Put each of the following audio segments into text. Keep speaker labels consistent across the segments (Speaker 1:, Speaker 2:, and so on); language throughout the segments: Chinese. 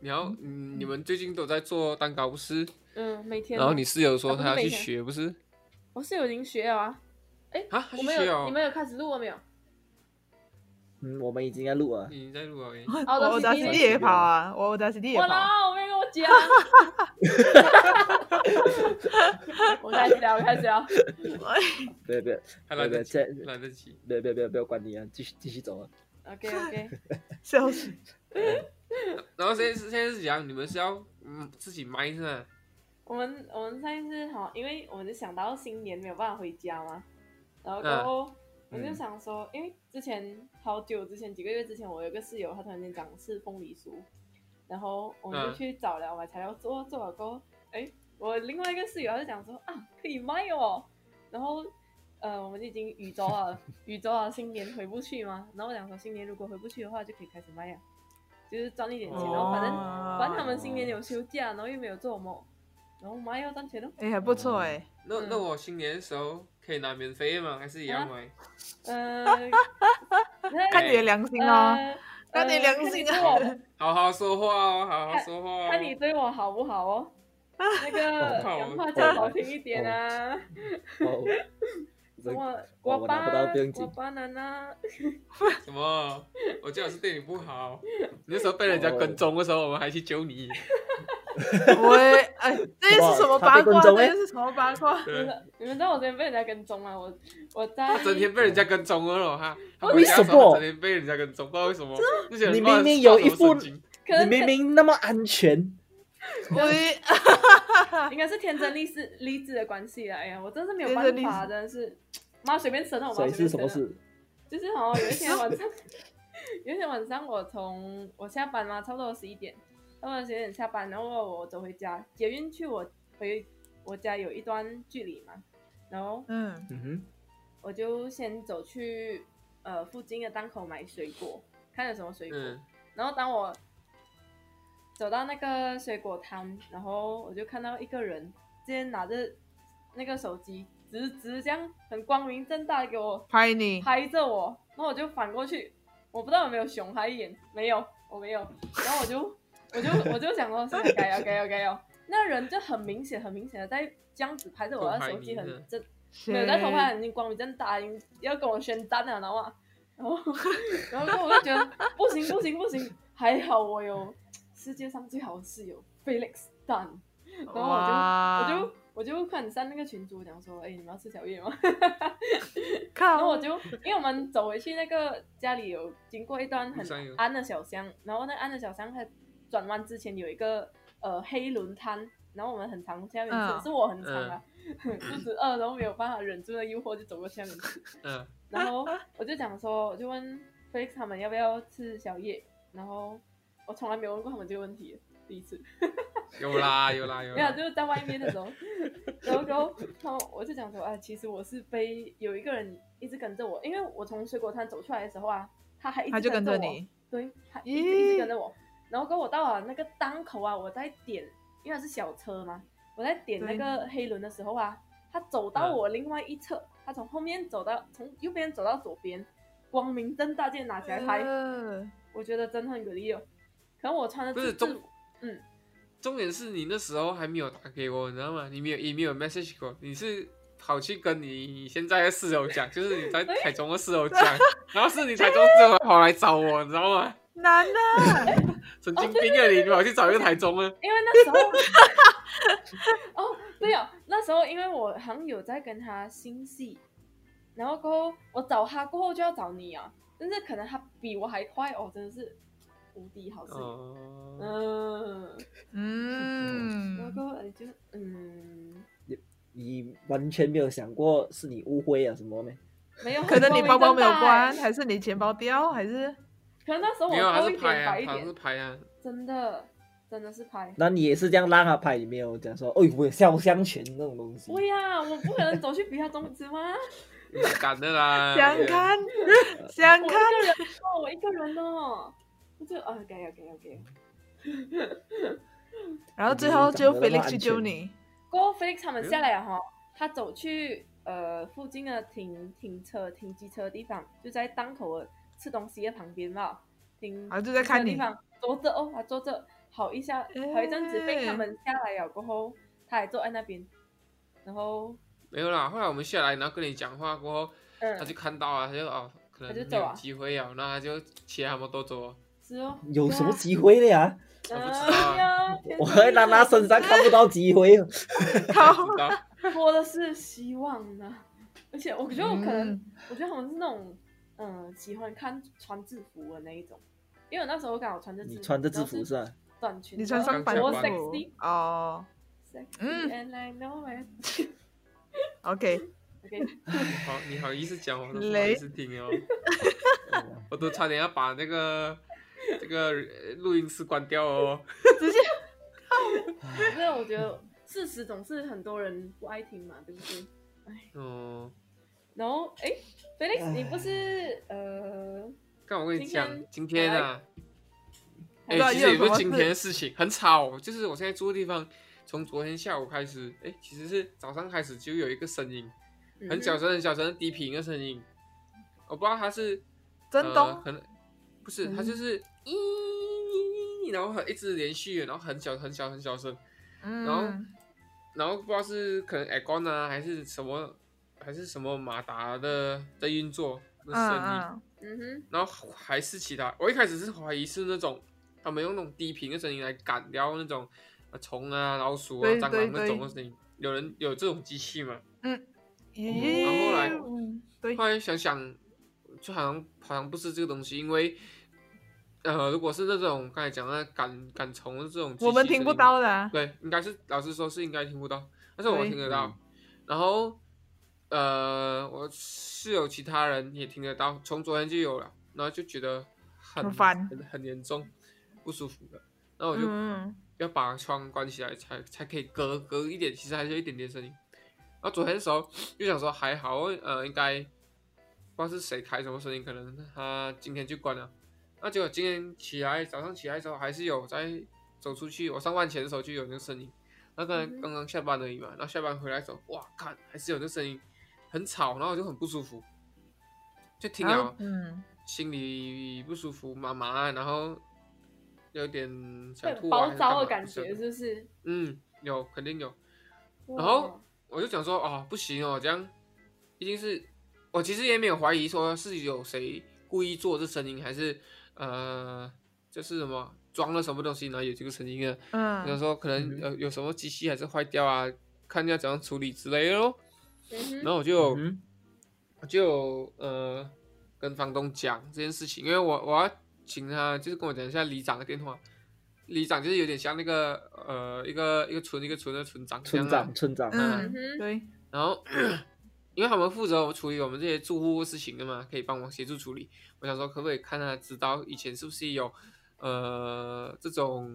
Speaker 1: 你要嗯你们最近都在做蛋糕不是？
Speaker 2: 嗯，每天。
Speaker 1: 然后你室友说
Speaker 2: 啊不
Speaker 1: 他
Speaker 2: 是
Speaker 1: 要
Speaker 2: 每
Speaker 1: 去
Speaker 2: 天
Speaker 1: 学不是？
Speaker 2: 我室友已经学了啊，
Speaker 1: 啊，他
Speaker 2: 我
Speaker 1: 去
Speaker 2: 们
Speaker 1: 学
Speaker 2: 有
Speaker 1: 哦
Speaker 2: 你，们有开始录了没有？
Speaker 3: 嗯，我们已经在录了。
Speaker 1: 你已经在录了 诶。
Speaker 2: 好的
Speaker 4: 我
Speaker 2: 啊是
Speaker 4: d c
Speaker 2: 第一
Speaker 4: d
Speaker 3: 集
Speaker 4: 也跑啊，我 d c d 也
Speaker 2: 我
Speaker 4: 跑啊。
Speaker 2: 啦，我没跟我讲。 我们开始聊，开始聊。
Speaker 3: 对，不要，
Speaker 1: 还来得及，
Speaker 3: 对对这
Speaker 1: 来得及。
Speaker 3: 不要，不要，不要，不要管你啊，继续继续走啊。
Speaker 2: OK OK，
Speaker 4: 笑死！
Speaker 1: 然后现在是现在是讲你们是要嗯自己卖是吗？
Speaker 2: 我们我们上一次哈，因为我们就想到新年没有办法回家嘛，然后过后我就想说，因为之前好久之前几个月之前，我有个室友，他突然间讲是凤梨酥，然后我们就
Speaker 1: 嗯
Speaker 2: 去找了买材料做，做了过后，哎，我另外一个室友他就讲说啊可以卖哦，然后呃我们已经宇宙啊宇宙啊新年回不去嘛，然后我想说新年如果回不去的话就可以开始卖呀，就是赚一点钱，然后反正。反
Speaker 4: 哦
Speaker 2: 正他们新年
Speaker 3: 哦
Speaker 2: 有休假，然后又没有做梦，然后我妈要赚钱咯。
Speaker 4: 哎，还不错哎，
Speaker 3: 哦
Speaker 1: 那
Speaker 2: 嗯
Speaker 1: 那我新年的时候可以拿免费的吗？还是也要
Speaker 2: 啊
Speaker 1: 买？
Speaker 2: 呃，
Speaker 4: 看你的良心
Speaker 2: 啊
Speaker 4: 哦，，看你良心啊
Speaker 2: 呃看你对
Speaker 1: 好好说话哦，好好说话
Speaker 2: 我
Speaker 1: 哦。
Speaker 2: 看你对我好不好哦。那个
Speaker 1: 好
Speaker 2: 讲话讲好听一点啊，
Speaker 3: 哦，
Speaker 2: 什
Speaker 3: 这
Speaker 2: 么瓜
Speaker 3: 我我拿
Speaker 2: 巴
Speaker 3: 不到不用紧
Speaker 2: 瓜巴奶奶，
Speaker 1: 什么？我记得我是对你不 好，你那时候被人家跟踪的时候，我们还去救你。
Speaker 4: 我哎，这是什么八
Speaker 3: 哇
Speaker 4: 卦？
Speaker 3: 他被跟踪哎
Speaker 4: 这是什么八 卦？
Speaker 2: 你
Speaker 1: 对，
Speaker 2: 们你们知道我昨哎天被人家跟踪吗？我我在
Speaker 1: 他整天被人家跟踪了哈。他
Speaker 3: 为
Speaker 1: 回家的时候
Speaker 3: 什
Speaker 1: 他
Speaker 3: 么
Speaker 1: 整天被人家跟踪，不知道为什么。那些人
Speaker 3: 你
Speaker 1: 不知道
Speaker 3: 明明有一
Speaker 1: 发什么神
Speaker 3: 副
Speaker 1: 经
Speaker 2: 可能
Speaker 3: 你明明那么安全，
Speaker 4: 我
Speaker 2: 应该是天真丽质励志的关系啦。哎呀，我真是没有办
Speaker 4: 天真丽
Speaker 2: 法，
Speaker 4: 质
Speaker 2: 真的是妈随便生啊了我妈
Speaker 3: 所以
Speaker 2: 随便
Speaker 3: 是什
Speaker 2: 生
Speaker 3: 么
Speaker 2: 了。
Speaker 3: 事？
Speaker 2: 就是好像有一天晚上， 有一天晚上我从我下班嘛，差不多十一点，差不多十一点下班，然后我走回家，捷运去我回我家有一段距离嘛，然后
Speaker 4: 嗯，
Speaker 3: 嗯哼，
Speaker 2: 我就先走去呃附近的档口买水果，看有什么水果，
Speaker 1: 嗯
Speaker 2: 然后当我走到那个水果摊，然后我就看到一个人直接拿着那个手机，直直这样很光明正大地给我
Speaker 4: 拍你，
Speaker 2: 拍着我，然后我就反过去，我不知道有没有熊他一眼，没有，我没有，然后我就我就我就想说，现在该要该要该要，那人就很明显很明显的在这样子拍着我的手机，
Speaker 1: 偷拍你
Speaker 2: 很正，没有在偷拍，已经光明正大，已经要跟我宣战啊了，然后然后然后我就觉得不行不行不行，还好我有世界上最好的室友 Felix Dan。然后我就我
Speaker 1: 啊
Speaker 4: 哇
Speaker 2: 就我就看删那个群主，我讲说，哎、你们要吃宵夜吗？
Speaker 4: 看
Speaker 2: 然
Speaker 4: 哦
Speaker 2: 后我就因为我们走回去那个家里有经过一段很
Speaker 1: 路上有
Speaker 2: 暗的小巷，然后那暗的小巷它转弯之前有一个呃黑轮摊，然后我们很常下面吃，
Speaker 4: 嗯
Speaker 2: 是我很常啊， 肚子饿，然后没有办法忍住的诱惑就走过去那边吃，
Speaker 1: 嗯，
Speaker 2: 然后我就讲说，我就问 Felix 他们要不要吃宵夜，然后我从来没有问过他们这个问题，第一次。
Speaker 1: 有啦有啦有
Speaker 2: 没有，
Speaker 1: 啦。
Speaker 2: 就是在外面的时候， 然后然后然后我就讲说啊，其实我是被有一个人一直跟着我，因为我从水果摊走出来的时候啊，他还一
Speaker 4: 他
Speaker 2: 直
Speaker 4: 就跟着
Speaker 2: 着我，
Speaker 4: 你，
Speaker 2: 对，他一直
Speaker 4: 咦
Speaker 2: 一直跟着我，然后跟我到了那个档口啊，我在点，因为它是小车嘛，我在点那
Speaker 4: 对
Speaker 2: 个黑轮的时候啊，他走到
Speaker 1: 嗯
Speaker 2: 我另外一侧，他从后面走到从右边走到左边，光明正大剑拿起来拍，
Speaker 4: 呃
Speaker 2: 我觉得真的很给力哦。可能我穿的
Speaker 1: 不是
Speaker 2: 制
Speaker 1: 重
Speaker 2: 服，嗯，
Speaker 1: 重点是你那时候还没有打给我，你知道吗？你没有也没有 message 过，你是跑去跟你你现在的室友讲，就是你在台中的室友讲，然后是你台中室友跑来找我，你知道吗？
Speaker 4: 难 啊，
Speaker 1: 神
Speaker 2: 哦
Speaker 1: 经病啊你！你跑去找一个台中啊？
Speaker 2: 因为那时候， 哦，对哦，那时候因为我好像有在跟他心系，然后过后我找他过后就要找你啊，但是可能他比我还快哦，真的是无敌好事。
Speaker 1: 哦，
Speaker 2: 嗯，然后
Speaker 4: 嗯，
Speaker 2: 过后哎就嗯，
Speaker 3: 你完全没有想过是你误会啊什么没？
Speaker 2: 没有，
Speaker 4: 可能你包包没有关，
Speaker 2: 很光明正大哎
Speaker 4: 还是你钱包掉，还是
Speaker 2: 可能那时候
Speaker 1: 没有，
Speaker 2: 我
Speaker 1: 还
Speaker 2: 高一
Speaker 1: 是拍
Speaker 2: 点
Speaker 1: 啊
Speaker 2: 白一，
Speaker 1: 还是
Speaker 2: 点，
Speaker 1: 拍啊。
Speaker 2: 真的真的是拍。
Speaker 3: 那你也是这样让他拍，你没有讲说，哎，我有肖像权那种东 西
Speaker 2: 不。呀，我不可能走去比他中指吗？
Speaker 1: 你敢的
Speaker 3: 哎
Speaker 1: 啦！
Speaker 4: 想看想
Speaker 2: 我一
Speaker 4: 看
Speaker 2: 个人哦，我一个人哦，我就啊，给呀给呀给呀。
Speaker 4: 然后最后就
Speaker 3: 你长得那么
Speaker 4: Felix 去救你，
Speaker 2: 过后 Felix 他
Speaker 4: 嗯
Speaker 2: 们下来了哈，他走去呃附近的停停车停机车的地方，就在档口的吃东西的旁边嘛，停
Speaker 4: 啊然后就在看
Speaker 2: 停
Speaker 4: 你
Speaker 2: 车的地方，坐着哦，他坐着，好一下，好一阵子
Speaker 4: 哎
Speaker 2: 被他们下来了过后，他还坐在那边，然后
Speaker 1: 没有啦。后来我们下来，然后跟你讲话过后，
Speaker 2: 嗯
Speaker 1: 他，就看到啊，他就哦，可能
Speaker 2: 他就
Speaker 1: 没
Speaker 2: 走
Speaker 1: 有
Speaker 2: 啊
Speaker 1: 机会啊，那他就其他他们都走啊了。
Speaker 2: 是哦，
Speaker 3: 有什么
Speaker 2: 对
Speaker 3: 机会的呀？
Speaker 1: 我不知
Speaker 2: 啊
Speaker 1: 道啊
Speaker 2: 哎呀，天
Speaker 3: 我
Speaker 2: 哪啊
Speaker 3: 在娜娜身上看不到机会。
Speaker 4: 靠，
Speaker 1: 知道
Speaker 2: 多的是希望呢。而且我觉得我可能，
Speaker 4: 嗯
Speaker 2: 我觉得他们是那种，嗯、喜欢看穿制服的那一种。因为我那时候刚好穿着制
Speaker 3: 你
Speaker 2: 服，
Speaker 3: 穿着制
Speaker 2: 然
Speaker 3: 服
Speaker 2: 后
Speaker 3: 是 吧？
Speaker 2: 短裙，
Speaker 4: 你穿上
Speaker 1: 班
Speaker 4: 班
Speaker 1: 服
Speaker 2: 我
Speaker 1: 多
Speaker 2: sexy
Speaker 4: 哦
Speaker 2: sexy
Speaker 4: 嗯
Speaker 2: and I know it。
Speaker 4: ，OK，
Speaker 2: OK，
Speaker 1: 好，你好意思讲，我都不好
Speaker 4: 雷
Speaker 1: 意思听哦，
Speaker 2: 哦
Speaker 1: 我都差点要把那个这个呃录音室关掉哦。
Speaker 4: 直接
Speaker 2: 因为我觉得事实总是很多人不爱听嘛，对不对？
Speaker 1: 哦，
Speaker 2: 然后，哎，Felix，
Speaker 3: 唉
Speaker 2: 你不是呃，
Speaker 1: 干，我跟你
Speaker 2: 今
Speaker 1: 讲
Speaker 2: 天，
Speaker 1: 今天啊，
Speaker 4: 我
Speaker 1: 哎、
Speaker 4: 来
Speaker 1: 其
Speaker 4: 还
Speaker 1: 实也
Speaker 4: 有
Speaker 1: 不是
Speaker 4: 什么
Speaker 1: 今
Speaker 4: 事
Speaker 1: 天的事情，很吵，就是我现在住的地方，从昨天下午开始，哎、其实是早上开始就有一个声音，很小
Speaker 2: 讲
Speaker 1: 声、很小声的低频的声音，我不知道它是
Speaker 4: 真
Speaker 1: 呃，
Speaker 4: 东
Speaker 1: 可能不是，它
Speaker 4: 嗯
Speaker 1: 就是咦，然后很一直连续的，然后很小、很小、很小声。然后
Speaker 4: 嗯，
Speaker 1: 然后不知道是可能 aircon 啊，还是什么，还是什么马达的在运作的
Speaker 4: 嗯
Speaker 1: 声音，
Speaker 4: 嗯，
Speaker 2: 嗯哼，
Speaker 1: 然后还是其他。我一开始是怀疑是那种他们用那种低频的声音来赶掉那种呃虫啊、老鼠啊、
Speaker 4: 对
Speaker 1: 蟑螂
Speaker 4: 对
Speaker 1: 那种的
Speaker 4: 对
Speaker 1: 声音。有人有这种机器吗？
Speaker 4: 咦，
Speaker 1: 然后后来
Speaker 4: 嗯对
Speaker 1: 后来想想，就好像好像不是这个东西，因为呃，如果是那种刚才讲的赶赶虫的这种，
Speaker 4: 我们听不到的啊，
Speaker 1: 对，应该是老师说是应该听不到，但是我
Speaker 4: 对
Speaker 1: 听得到。然后，呃，我室友其他人也听得到，从昨天就有了，然后就觉得很
Speaker 4: 很烦
Speaker 1: 很很严重，不舒服的。然后我就
Speaker 4: 嗯，
Speaker 1: 要把窗关起来才，才可以隔隔一点，其实还是有一点点声音。然后昨天的时候就想说还好，呃，应该不知道是谁开什么声音，可能他今天就关了。那结果今天起来早上起来的时候还是有在走出去，我上班前的时候就有那个声音。那刚才
Speaker 2: 嗯哼
Speaker 1: 刚刚下班而已嘛，然后下班回来的时候，哇，看还是有那声音，很吵，然后我就很不舒服，就听
Speaker 4: 然
Speaker 2: 啊
Speaker 1: 了
Speaker 4: 后。嗯，
Speaker 1: 心里不舒服，麻麻，然后有点想
Speaker 2: 对，
Speaker 1: 吐啊，
Speaker 2: 暴
Speaker 1: 还是干
Speaker 2: 躁
Speaker 1: 嘛
Speaker 2: 的感
Speaker 1: 不晓得
Speaker 2: 觉是不嗯是？
Speaker 1: 嗯，有肯定有。
Speaker 2: 哇
Speaker 1: 然后我就想说，哦，不行哦，这样一定是我其实也没有怀疑说是有谁故意做这声音，还是呃，就是什么装了什么东西，然后有这个声音啊。
Speaker 4: 嗯，
Speaker 1: 想说可能
Speaker 3: 嗯
Speaker 1: 有有什么机器还是坏掉啊，看要怎样处理之类的咯。
Speaker 2: 嗯
Speaker 1: 然后我就。
Speaker 3: 嗯，
Speaker 1: 我就呃跟房东讲这件事情，因为我我要请他就是跟我讲一下里长的电话。里长就是有点像那个呃一个一个村一个村的村长这样
Speaker 3: 村
Speaker 1: 啊，
Speaker 3: 长，村长，
Speaker 1: 嗯
Speaker 2: 哼，嗯哼，
Speaker 4: 对，
Speaker 1: 然后因为他们负责处理我们这些住户事情的嘛，可以帮忙协助处理。我想说，可不可以看他知道以前是不是有呃这种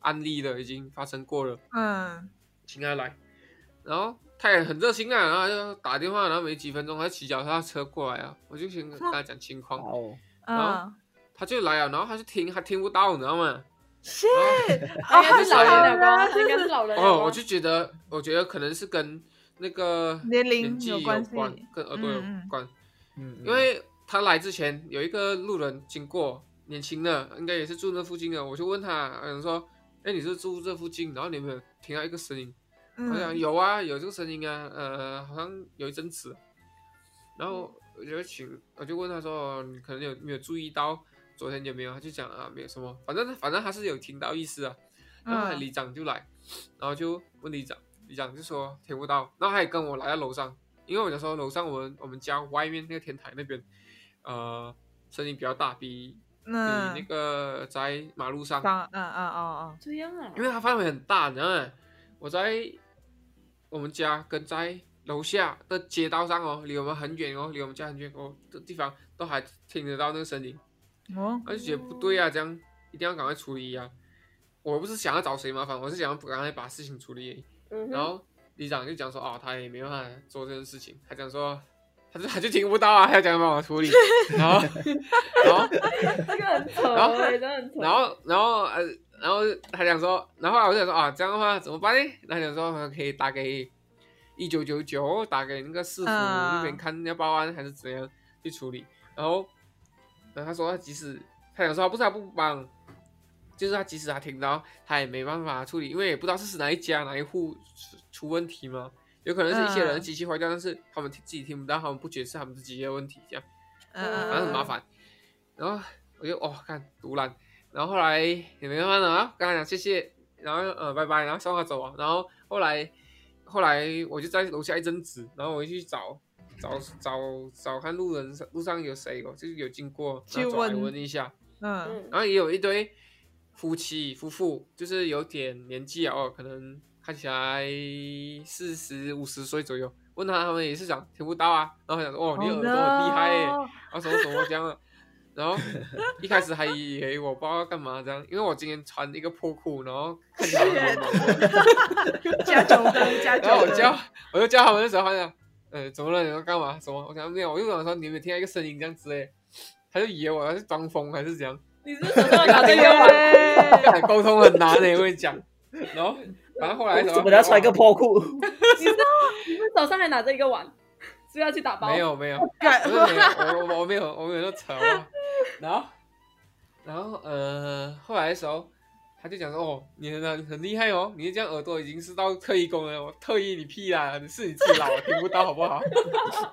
Speaker 1: 案例的已经发生过了，
Speaker 4: 嗯，
Speaker 1: 请他来。然后他也很热心啊，然后就打电话，然后没几分钟他骑脚踏车过来啊，我就先跟他讲情况。
Speaker 3: 哦，
Speaker 1: 然
Speaker 4: 嗯
Speaker 1: 他就来了，啊然后他就听，他听不到，你知道吗？
Speaker 4: ，shit，
Speaker 2: 应该是老人
Speaker 4: 啊
Speaker 2: 了吧？应该是老人了吧。
Speaker 1: 哦，我就觉得，我觉得可能是跟那个
Speaker 4: 年龄
Speaker 1: 年纪
Speaker 4: 有
Speaker 1: 有
Speaker 4: 关系
Speaker 1: 跟耳朵有
Speaker 4: 嗯嗯
Speaker 1: 关。
Speaker 3: 嗯，嗯
Speaker 1: 因为他来之前有一个路人经过，年轻的，应该也是住那附近的，我就问他，嗯，说，哎，你是住这附近？然后你有没有听到一个声音？好像
Speaker 4: 嗯，
Speaker 1: 有啊，有这个声音啊，呃，好像有一阵子，然
Speaker 4: 嗯
Speaker 1: 后我就请，我就问他说，哦你可能有没有注意到昨天有没有？他就讲啊，没有什么，反正反正他是有听到意思啊。然后
Speaker 4: 嗯
Speaker 1: 里长就来，然后就问里长，里长就说听不到，然后他也跟我来到楼上，因为我想说楼上我们我们家外面那个天台那边，呃，声音比较大，比比
Speaker 4: 嗯，
Speaker 1: 那个在马路上，
Speaker 4: 刚，嗯嗯哦
Speaker 2: 这样啊，
Speaker 1: 因为它范围很大，你知道吗？我在我们家跟在楼下的街道上哦，离我们很远哦，离我们家很远哦的地方都还听得到那个声音，
Speaker 4: 哦，哦，
Speaker 1: 而且不对啊，这样一定要赶快处理啊！我不是想要找谁麻烦，我是想要赶快把事情处理而已。
Speaker 2: 嗯
Speaker 1: 然
Speaker 2: 哼，
Speaker 1: 后里长就讲说，哦，他也没办法做这件事情，他讲说，他就他 就听不到啊，他要讲帮我处理，然后 然后
Speaker 2: 这个很扯
Speaker 1: 然后
Speaker 2: 欸，真的很扯。
Speaker 1: 然后，然后，呃，然后他想说，然后后来我就想说啊，这样的话怎么办呢？他想说啊可以打给一九九九，打给那个市府
Speaker 4: 啊
Speaker 1: 那边看要报案还是怎样去处理。然后，然后他说他即使他想说他不是他不帮，就是他即使他听到，他也没办法处理，因为也不知道是哪一家哪一户出出问题嘛，有可能是一些人
Speaker 4: 嗯
Speaker 1: 机器坏掉，但是他们自己听不到，他们不觉得是他们自己的问题，这样
Speaker 4: 嗯，
Speaker 1: 反正很麻烦。然后我就哦，看独揽，然后后来也没办法了啊，跟他讲谢谢，然后呃拜拜，然后送他走啊。然后后来后来我就在楼下一阵子，然后我就去找找找找看路人路上有谁哦，就是有经过，然后
Speaker 4: 去
Speaker 1: 走来
Speaker 4: 问
Speaker 1: 问一下，
Speaker 4: 嗯，
Speaker 2: 嗯
Speaker 1: 然后也有一堆夫妻夫妇，就是有点年纪啊，哦，可能看起来四十五十岁左右。问他，他们也是讲听不到啊，然后想说哦，你耳朵很厉害耶、
Speaker 4: 哦
Speaker 1: 啊什么什么这样的。然后一开始还以为我不知道干嘛这样，因为我今天穿一个破裤，然后看起来很猛，
Speaker 4: no，加九分，加九
Speaker 1: 然后我
Speaker 4: 分，
Speaker 1: 叫我就叫他们的时候，他讲，呃，怎么了？你要干嘛？什么？我想没有，我就想说你有没有听到一个声音这样之类的，他就以为我是装疯还是怎样，
Speaker 2: 你是手上拿着一个 碗，
Speaker 4: 耶
Speaker 1: 沟通很难欸的、我跟你讲。然后反正后来
Speaker 3: 怎么要穿一个破裤？
Speaker 2: 你是手上还拿着一个碗，是不是要去打包？
Speaker 1: 没，有没有，
Speaker 4: 干
Speaker 1: 不是没有，我我我没有，我没有那扯啊。然后，然后呃，后来的时候，他就讲说：“哦，你很很厉害哦，你这样耳朵已经是到特异功能了，我特异你屁啦，你是你自己老，我听不到好不好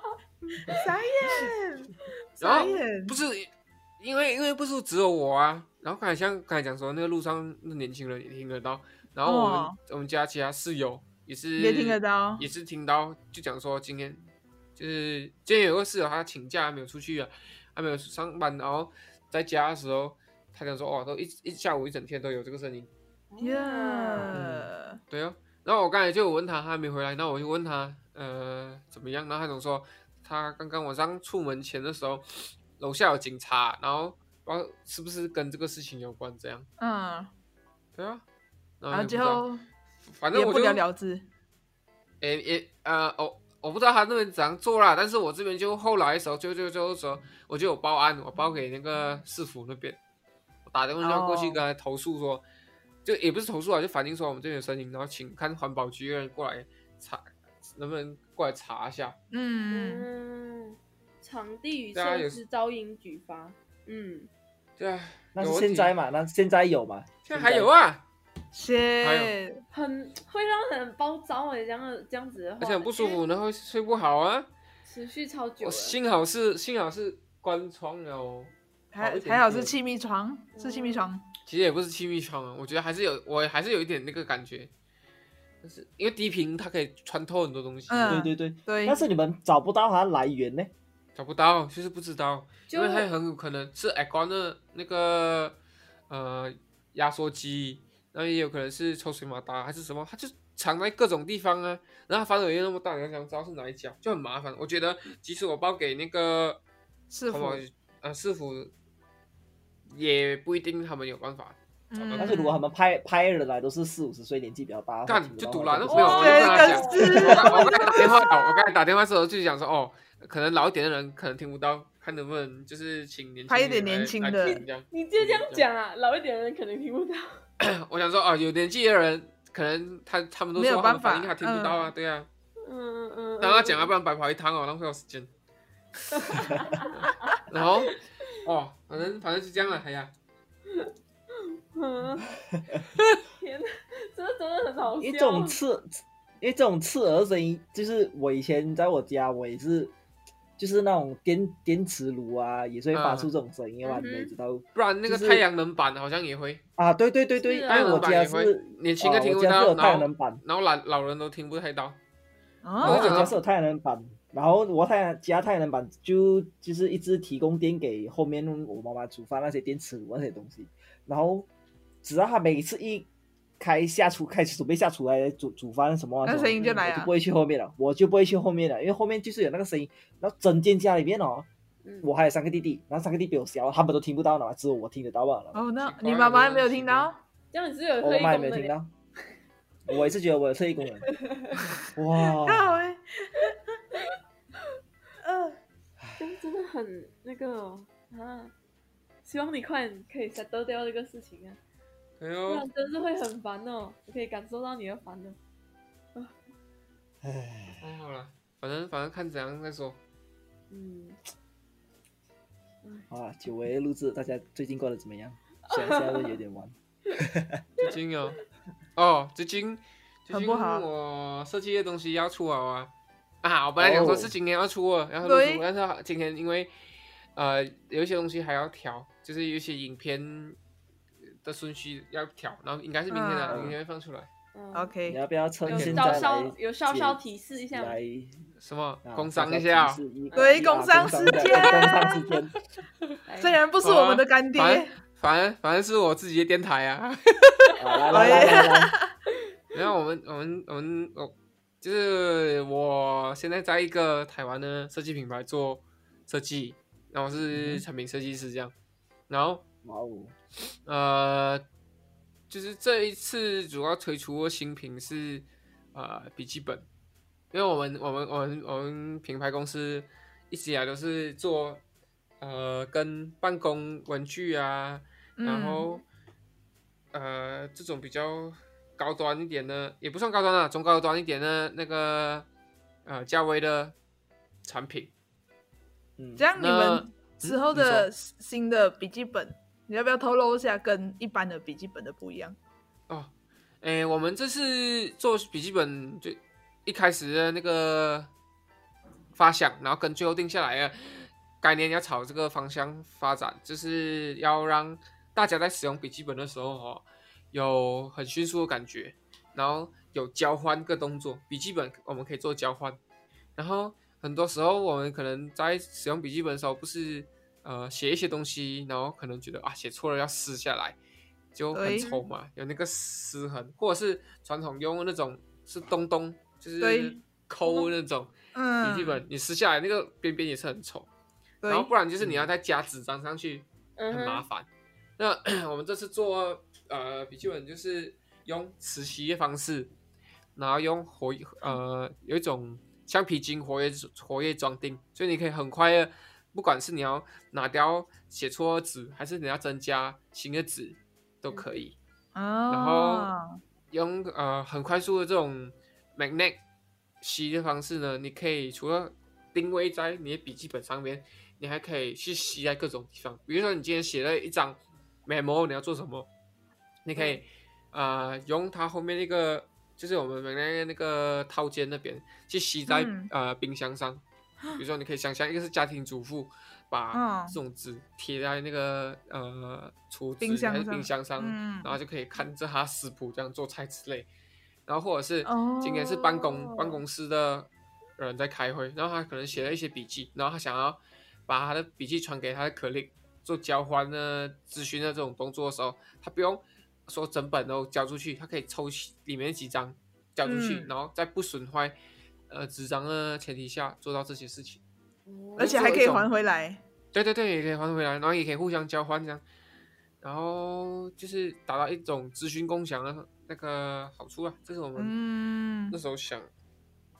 Speaker 1: 然后
Speaker 4: 傻眼，傻眼？”，
Speaker 1: 不是，因为因为不是只有我啊。然后刚才像刚才讲说，那个路上那年轻人也听得到，然后我们、
Speaker 4: 哦
Speaker 1: 我们家其他室友也是
Speaker 4: 也听得到
Speaker 1: 也是听到就讲说今天就是今天有个室友他请假没有出去啊，他没有上班，然后在家的时候他讲说哦，都一一下午一整天都有这个声音，
Speaker 4: 耶，
Speaker 1: 对哦。然后我刚才就有问他，他还没回来，那我就问他呃怎么样，然后他总说他刚刚晚上出门前的时候楼下有警察，然后不知道是不是跟这个事情有关这样，
Speaker 4: 嗯，
Speaker 1: 对啊。然
Speaker 4: 然
Speaker 1: 也不知
Speaker 4: 后最
Speaker 1: 道
Speaker 4: 后
Speaker 1: 反正
Speaker 4: 也
Speaker 1: 我
Speaker 4: 不
Speaker 1: 就
Speaker 4: 了了之，
Speaker 1: 诶诶呃，我我不知道他那边怎样做啦，但是我这边就后来的时候，就就就说我就有报案，我报给那个市府那边，我打电话过去
Speaker 4: 哦
Speaker 1: 跟他投诉说就也不是投诉啊，就反映说我们这边有声音，然后请看环保局的人过来查，能不能过来查一下？
Speaker 4: 嗯，
Speaker 2: 嗯，场地与
Speaker 1: 对啊有
Speaker 2: 设置噪音举发，嗯，
Speaker 1: 对啊，
Speaker 3: 那
Speaker 1: 有
Speaker 3: 是
Speaker 1: 问
Speaker 3: 现在
Speaker 1: 题，
Speaker 3: 嘛？那现在有嘛？
Speaker 1: 现在还有啊，
Speaker 4: 谢，
Speaker 2: 很会让人很暴躁哎，这样的这样子的话，
Speaker 1: 而且很不舒服，，然后睡不好啊。
Speaker 2: 持续超久
Speaker 1: 我
Speaker 2: 了，
Speaker 1: 幸好是幸好是关窗了哦。好
Speaker 4: 还
Speaker 1: 一点
Speaker 4: 还好是
Speaker 1: 点
Speaker 4: 气密床，是气密床，
Speaker 1: 其实也不是气密窗啊，我觉得还是有，我还是有一点那个感觉，就是因为低频它可以穿透很多东西，
Speaker 2: 啊
Speaker 4: 嗯
Speaker 3: 对对对。
Speaker 4: 对，
Speaker 3: 但是你们找不到它来源呢？
Speaker 1: 找不到，就是不知道，因
Speaker 2: 就
Speaker 1: 为它很有可能是 a c o n 的那个呃压缩机，然后也有可能是抽水马达还是什么，它就藏在各种地方啊，然后它范围又那么大，你要想知道是哪一家就很麻烦。我觉得即使我报给那个
Speaker 4: 是
Speaker 1: 环保
Speaker 4: 否？
Speaker 1: 局呃市府，也不一定他们有办法。
Speaker 4: 嗯
Speaker 3: 但是如果他们派派人来都是四五十岁年纪比较大，
Speaker 1: 干
Speaker 3: 他听不
Speaker 1: 就
Speaker 3: 到
Speaker 1: 堵
Speaker 3: 话
Speaker 1: 了，那
Speaker 3: 就
Speaker 1: 没有，
Speaker 2: 哇
Speaker 1: 我就跟他讲，
Speaker 4: 真是
Speaker 1: 我刚我刚才打电话，我刚才打电话的时候就想说，哦，可能老一点的人可能听不到，看能不能就是请年轻
Speaker 4: 拍一
Speaker 1: 人
Speaker 4: 点
Speaker 1: 来
Speaker 4: 年轻
Speaker 1: 来
Speaker 4: 的
Speaker 1: 听这样。
Speaker 2: 你就这样讲啊，老一点的人可能听不到，
Speaker 1: 我想说，哦，有年纪的人可能他他们都
Speaker 4: 没有
Speaker 1: 说他们
Speaker 4: 办法
Speaker 1: 反应他听不到啊，对啊，
Speaker 2: 嗯嗯嗯，
Speaker 1: 让他讲啊，不然白跑一趟哦，浪费我时间。然后，哦，反正反正是这样了，哎呀，
Speaker 2: 嗯，天哪，真的真的很
Speaker 1: 哦
Speaker 2: 好笑，
Speaker 3: 哦因为这种刺，因为这种刺耳的声音，就是我以前在我家，我也是，就是那种电电磁炉啊，也是会发出这种声音嘛，
Speaker 2: 嗯
Speaker 3: 你们也知道
Speaker 1: 不然那个
Speaker 3: 就是
Speaker 1: 太阳能板好像也会，
Speaker 3: 啊？对对对对，
Speaker 2: 是
Speaker 3: 因
Speaker 2: 啊
Speaker 1: 太
Speaker 3: 为
Speaker 1: 阳
Speaker 3: 我
Speaker 1: 能板
Speaker 3: 家
Speaker 1: 也
Speaker 3: 是
Speaker 1: 会，年轻的
Speaker 3: 啊
Speaker 1: 听不
Speaker 3: 我家是
Speaker 1: 到，
Speaker 3: 有太
Speaker 1: 然
Speaker 3: 阳
Speaker 1: 后
Speaker 3: 能板，
Speaker 1: 然后老老人都听不太到，
Speaker 3: 然后
Speaker 1: 我
Speaker 3: 我
Speaker 1: 讲
Speaker 3: 家
Speaker 1: 到
Speaker 4: 哦，
Speaker 3: 是有太阳能板，啊然后我太阳家太阳能板就就是一直提供电给后面我妈妈煮饭那些电磁炉那些东西，然后只要她每次一开下厨开始准备下厨来煮煮饭什么啊
Speaker 4: 那
Speaker 3: 什么
Speaker 4: 声音就来
Speaker 3: 我就
Speaker 4: 了
Speaker 3: 不，会去后面了，我就不会去后面了，因为后面就是有那个声音。然后整间家里面哦，
Speaker 2: 嗯
Speaker 3: 我还有三个弟弟，然后三个弟比我小，他们都听不到了嘛，只有我听得到罢 了。
Speaker 4: 哦，那
Speaker 1: 奇怪
Speaker 4: 你妈妈
Speaker 1: 我真的
Speaker 4: 没有
Speaker 1: 奇
Speaker 4: 听
Speaker 1: 怪
Speaker 4: 到？
Speaker 2: 这样你是哦有
Speaker 3: 我
Speaker 2: 特异
Speaker 3: 妈也
Speaker 2: 功
Speaker 3: 没
Speaker 2: 能
Speaker 3: 有听
Speaker 2: 耶，
Speaker 3: 到，我也是觉得我有特异功能。哇，
Speaker 4: 好哎，嗯，
Speaker 2: 这样真的很那个哦啊，希望你快点可以 settle 掉这个事情啊，
Speaker 1: 哎
Speaker 2: 不
Speaker 1: 呦
Speaker 2: 然，真的会很烦哦，我可以感受到你的烦哦。
Speaker 3: 唉，
Speaker 1: 哦好了，反正反正看怎样再 说。
Speaker 2: 嗯，
Speaker 3: 好啊，久违的录制，大家最近过得怎么样？虽然现在都有点晚，
Speaker 1: 最近哦，哦，最近最
Speaker 4: 很
Speaker 1: 近
Speaker 4: 不好
Speaker 1: 我设计的东西要出好啊啊！我本来想说
Speaker 3: 哦
Speaker 1: 是今年要出了，然后都
Speaker 4: 对
Speaker 1: 出，但是今天因为呃有一些东西还要调，就是有一些影片的顺序要调，然后应该是明天的，
Speaker 4: 嗯
Speaker 1: 明天会放出来。
Speaker 2: 嗯
Speaker 3: 你
Speaker 4: OK，
Speaker 3: 要不要趁
Speaker 2: 有
Speaker 3: 现
Speaker 2: 稍
Speaker 3: 在
Speaker 2: 稍
Speaker 3: 来
Speaker 2: 有稍稍
Speaker 3: 解
Speaker 2: 提示一下吗
Speaker 3: 来？
Speaker 1: 什么
Speaker 3: 啊
Speaker 1: 工
Speaker 3: 稍
Speaker 1: 商
Speaker 3: 稍
Speaker 1: 一下、
Speaker 3: 提
Speaker 1: 哦？
Speaker 3: 示一
Speaker 4: 对
Speaker 3: 一
Speaker 4: 工
Speaker 3: 啊
Speaker 4: 商
Speaker 3: 工
Speaker 4: 时
Speaker 3: 对
Speaker 4: 间
Speaker 3: 工商时间，
Speaker 2: 来
Speaker 4: 虽然不是
Speaker 1: 啊
Speaker 4: 我们的干
Speaker 1: 反正
Speaker 4: 爹，
Speaker 1: 反正反正是我自己的电台啊。
Speaker 3: 啊来来来来来，
Speaker 1: 然后我们我们我们我就是我现在在一个台湾的设计品牌做设计，然后
Speaker 3: 嗯
Speaker 1: 是
Speaker 3: 哼
Speaker 1: 产品设计师这样。然后
Speaker 3: 哇哦，
Speaker 1: 呃，就是这一次主要推出的新品是呃笔记本，因为我们我们我们我们品牌公司一直以来都是做呃跟办公文具啊，然
Speaker 4: 嗯，
Speaker 1: 后、呃这种比较高端一点的，也不算高端啦，中高端一点的那个呃价位的产品。
Speaker 3: 嗯
Speaker 4: 这，样你
Speaker 1: 那
Speaker 4: 们之后的新的笔记本，你要不要透露一下跟一般的笔记本的不一样？
Speaker 1: 哦，诶，我们这次做笔记本最一开始的那个发想，然后跟最后定下来的概念要朝这个方向发展，就是要让大家在使用笔记本的时候哦，有很迅速的感觉，然后有交换个动作，笔记本我们可以做交换，然后很多时候我们可能在使用笔记本的时候，不是呃写一些东西，然后可能觉得啊写错了要撕下来，就很
Speaker 4: 对
Speaker 1: 丑嘛，有那个撕痕，或者是传统用的那种是东东，就
Speaker 4: 对
Speaker 1: 是抠那种
Speaker 4: 嗯，
Speaker 1: 笔记本，你撕下来那个边边也是很丑，
Speaker 4: 对
Speaker 1: 然后不然就是你要再加纸张上去，
Speaker 2: 嗯
Speaker 1: 很麻
Speaker 2: 哼，
Speaker 1: 烦。那 我们这次做呃笔记本就是用磁吸的方式，然后用活呃有一种橡皮筋活跃活跃装订，所以你可以很快的，不管是你要拿掉写错的纸，还是你要增加新的纸，都可以。然
Speaker 4: 啊
Speaker 1: 后，用呃很快速的这种 magnet 吸的方式呢，你可以除了定位在你的笔记本上面，你还可以去吸在各种地方。比如说你今天写了一张 memo，你要做什么？你可以
Speaker 4: 嗯
Speaker 1: 呃用它后面那个就是我们 magnet 那个套件那边去吸在、
Speaker 4: 嗯
Speaker 1: 呃冰箱上。比如说，你可以想象一个是家庭主妇把
Speaker 4: 嗯
Speaker 1: 这种纸贴在那个呃厨
Speaker 4: 冰
Speaker 1: 子
Speaker 4: 箱
Speaker 1: 还是
Speaker 4: 上
Speaker 1: 冰箱上，
Speaker 4: 嗯
Speaker 1: 然后就可以看着他食谱这样做菜之类。然后或者是
Speaker 4: 哦
Speaker 1: 今天是办公、办公室的人在开会，然后他可能写了一些笔记，然后他想要把他的笔记传给他的 colleague 做交换呢、咨询啊的这种动作的时候，他不用说整本都交出去，他可以抽起里面几张交出去，
Speaker 4: 嗯
Speaker 1: 然后在不损坏呃纸张的前提下做到这些事情。
Speaker 2: 哦
Speaker 4: 而且还可以还回来，
Speaker 1: 对对对，也可以还回来，然后也可以互相交换这样，然后就是达到一种资讯共享的那个好处啊，这是我们
Speaker 4: 嗯
Speaker 1: 那，时候想，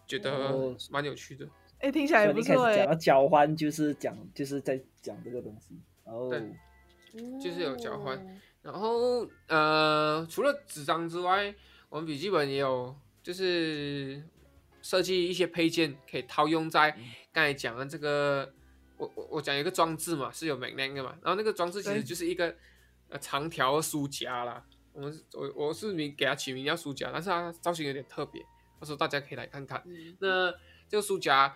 Speaker 1: 觉得
Speaker 3: 哦
Speaker 1: 蛮有趣的。
Speaker 4: 哎，听起来
Speaker 3: 所
Speaker 4: 也
Speaker 3: 以
Speaker 4: 不
Speaker 3: 一开
Speaker 4: 错哎
Speaker 3: 始讲到，交换，就是讲就是在讲这个东西，哦，
Speaker 1: 对就是有交换
Speaker 2: 嗯
Speaker 1: 然后呃，除了纸张之外，我们笔记本也有就是设计一些配件可以套用在刚才讲的这个，我我我讲一个装置嘛，是有 magnet 的嘛，然后那个装置其实
Speaker 4: 对
Speaker 1: 就是一个呃长条的书夹啦。我们是我我是名给它取名叫书夹，但是它造型有点特别，我说大家可以来看看。
Speaker 2: 嗯
Speaker 1: 那这个书夹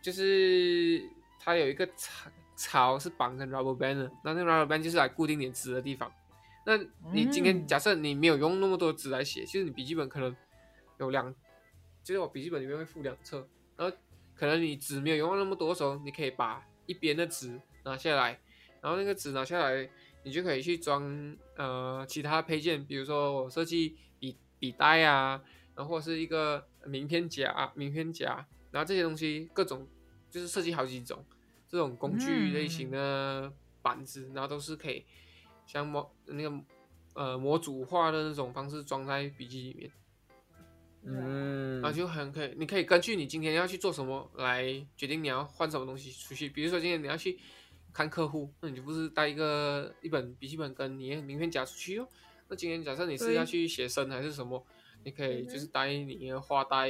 Speaker 1: 就是它有一个槽槽是绑跟 rubber band 的，那那个 rubber band 就是来固定你纸的地方。那你今天
Speaker 4: 嗯
Speaker 1: 假设你没有用那么多纸来写，其实你笔记本可能有两，就是我笔记本里面会附两册，然后可能你纸没有用到那么多的时候，你可以把一边的纸拿下来，然后那个纸拿下来，你就可以去装呃其他配件，比如说我设计笔笔袋啊，然后或是一个名片夹、名片夹，然后这些东西各种就是设计好几种这种工具类型的板子，然后都是可以像模那个呃模组化的那种方式装在笔记里面，
Speaker 3: 嗯
Speaker 1: 然
Speaker 4: 嗯
Speaker 1: 后就很可以，你可以根据你今天要去做什么来决定你要换什么东西出去。比如说今天你要去看客户，那你就不是带一个一本笔记本跟你的名片夹出去哦。那今天假设你是
Speaker 4: 对
Speaker 1: 要去写生还是什么，你可以
Speaker 2: 嗯哼
Speaker 1: 就是带你啊的画带，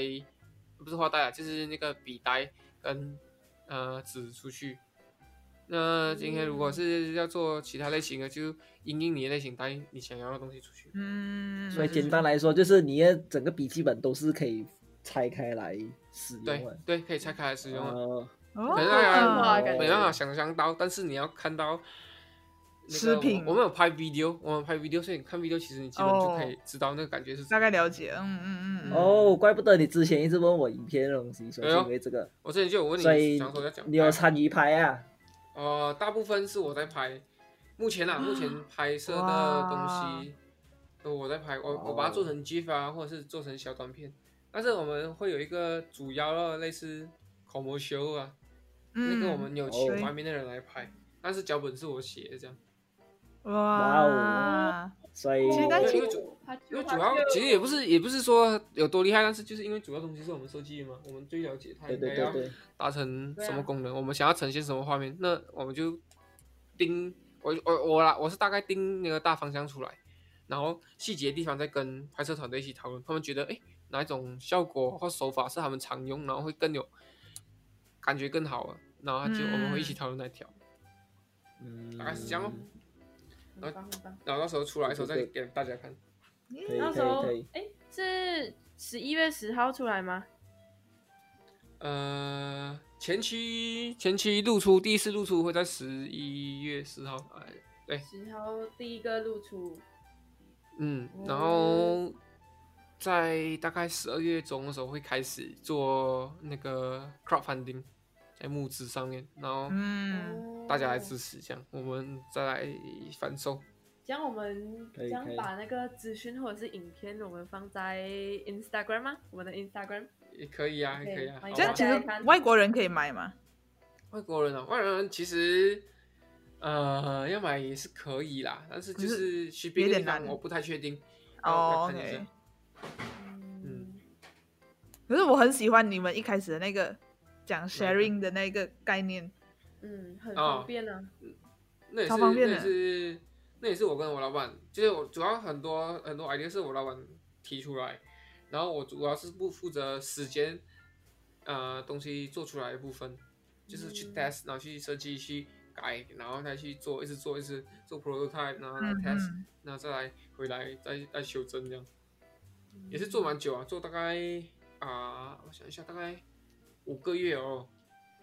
Speaker 1: 不是画带啊，就是那个笔袋跟呃纸出去，那今天如果是要做其他类型的，就因应你的类型带你想要的东西出去。
Speaker 4: 嗯，
Speaker 3: 所以简单来说，就是你的整个笔记本都是可以拆开来使用
Speaker 1: 对
Speaker 3: 的。
Speaker 1: 对，可以拆开来使用啊。
Speaker 3: 呃
Speaker 4: 哦
Speaker 1: 可能大
Speaker 2: 啊
Speaker 1: 家
Speaker 2: 感觉
Speaker 1: 没办法想象到，但是你要看到那个
Speaker 4: 视频
Speaker 1: 我们有拍 video，我们拍 video，所以你看 video，其实你基本就可以知道那个感觉是什
Speaker 4: 大
Speaker 1: 么。
Speaker 4: 概了解，嗯嗯嗯嗯，
Speaker 3: 哦，怪不得你之前一直问我影片的东西，所以
Speaker 1: 对
Speaker 3: 是
Speaker 1: 哦
Speaker 3: 因为这个，
Speaker 1: 我之前就有问
Speaker 3: 所以
Speaker 1: 你，想说要讲哎
Speaker 3: 你有
Speaker 1: 拍
Speaker 3: 参与拍啊？
Speaker 1: 呃，大部分是我在拍，目前啊，目前拍摄的东西都我在拍，我我把它做成 GIF 啊，或者是做成小短片。但是我们会有一个主要的类似 commercial 啊，那个我
Speaker 4: 嗯
Speaker 1: 们有请
Speaker 3: 哦
Speaker 1: 外面的人来拍，但是脚本是我写的这样。
Speaker 3: 哦
Speaker 4: 哇，
Speaker 3: 所
Speaker 2: 哦
Speaker 3: 以
Speaker 4: 其实但是
Speaker 1: 因为主因为主要其实也不是也不是说有多厉害，但是就是因为主要东西是我们设计的嘛，我们最了解它
Speaker 3: 对
Speaker 1: 应该
Speaker 3: 对对
Speaker 1: 要
Speaker 3: 对，
Speaker 1: 达成
Speaker 2: 对啊
Speaker 1: 什么功能，我们想要呈现什么画面，那我们就定我我我啦，我是大概定那个大方向出来，然后细节地方再跟拍摄团队一起讨论，他们觉得诶哪一种效果或手法是他们常用，然后会更有感觉更好啊，然后他就
Speaker 4: 嗯
Speaker 1: 我们会一起讨论那条，
Speaker 3: 嗯
Speaker 1: 大概是这样哦。呃
Speaker 2: 很棒很棒。
Speaker 1: 然后到时候出来的时候再
Speaker 3: 对
Speaker 1: 给大家看。
Speaker 3: 可以
Speaker 2: 到时候
Speaker 3: 可以
Speaker 2: 哎，是十一月十号出来吗？
Speaker 1: 呃，前期前期露出第一次露出会在十一月四号，哎，
Speaker 2: 十号第一个露出，
Speaker 1: 嗯，然
Speaker 2: 哦
Speaker 1: 后在大概十二月中的时候会开始做那个 crowdfunding，在募资上面，然后
Speaker 4: 嗯，
Speaker 2: 哦
Speaker 1: 大家来支持，这样我们再来反售。
Speaker 2: 这样我们
Speaker 3: 可
Speaker 2: 这
Speaker 3: 以
Speaker 2: 样
Speaker 3: 可以
Speaker 2: 把那个资讯或者是影片，我们放在 Instagram 吗？我们的 Instagram
Speaker 1: 也可以啊，也可以啊。
Speaker 2: OK，
Speaker 1: 好
Speaker 4: 这样
Speaker 1: 吧
Speaker 4: 其实外国人可以买嘛，
Speaker 1: 外国人啊，外国人其实呃要买也是可以啦，但是就
Speaker 4: 可
Speaker 1: 是 shipping
Speaker 4: 有
Speaker 1: 的
Speaker 4: 点
Speaker 1: 地方
Speaker 4: 难
Speaker 1: 我不太确定。要
Speaker 4: 哦
Speaker 1: 看一下
Speaker 4: ，OK。
Speaker 2: 嗯，
Speaker 4: 可是我很喜欢你们一开始的那个讲
Speaker 1: 哪一个
Speaker 4: sharing 的那个概念，
Speaker 2: 嗯，很方便
Speaker 1: 哦
Speaker 2: 啊。
Speaker 1: 那也
Speaker 4: 超
Speaker 1: 是
Speaker 4: 方便
Speaker 1: 那也
Speaker 4: 的
Speaker 1: 是那也是我跟我老板，就是我主要很多很多 idea 是我老板提出来，然后我主要是不负责时间，呃，东西做出来的部分，就是去
Speaker 2: 嗯
Speaker 1: test，然后去设计去改，然后再去做，一直做一直做 prototype，然后来
Speaker 4: 嗯
Speaker 1: test，、
Speaker 4: 嗯，
Speaker 1: 然后再来回来再再修正这样，
Speaker 2: 嗯
Speaker 1: 也是做蛮久啊，做大概啊、我想一下，大概五个月哦，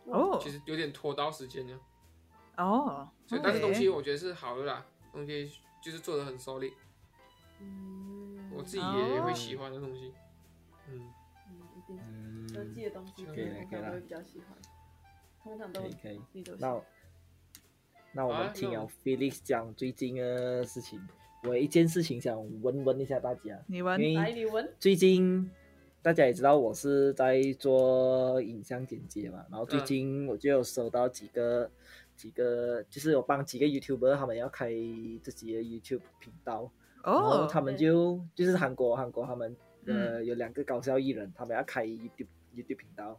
Speaker 4: 哦
Speaker 1: 其实有点拖到时间了。
Speaker 4: 哦，
Speaker 1: 所以
Speaker 3: 嗯
Speaker 1: 但是东
Speaker 4: OK
Speaker 1: 西我觉得是好的啦，东西就是做的很 solid，
Speaker 2: 嗯，
Speaker 1: 我自己也
Speaker 4: 哦
Speaker 1: 会喜欢的东西。嗯，
Speaker 2: 嗯一定
Speaker 3: 嗯，
Speaker 2: 设计的东西，
Speaker 1: 可
Speaker 2: 通
Speaker 1: 以
Speaker 3: 啦
Speaker 2: 常都
Speaker 3: 可以啦
Speaker 2: 会比较喜欢，通常都
Speaker 3: 可以可以。
Speaker 2: 自己都喜
Speaker 3: 那
Speaker 2: 欢
Speaker 3: 我那我
Speaker 1: 好啊
Speaker 3: 们听
Speaker 1: 那我
Speaker 3: 了 Felix 讲最近的事情，我有一件事情想问问一下大家，
Speaker 4: 你们
Speaker 3: 因
Speaker 2: 来
Speaker 3: 为
Speaker 2: 你闻，
Speaker 3: 最近大家也知道我是在做影像剪接嘛，然后最
Speaker 1: 嗯
Speaker 3: 近我就有收到几个几个，就是有帮几个 YouTuber 他们要开自己的 YouTube 频道，然后
Speaker 4: 哦，
Speaker 3: 他们
Speaker 2: 对
Speaker 3: 就就是韩国韩国他们
Speaker 4: 嗯
Speaker 3: 呃有两个搞笑艺人，他们要开 YouTube YouTube 频道，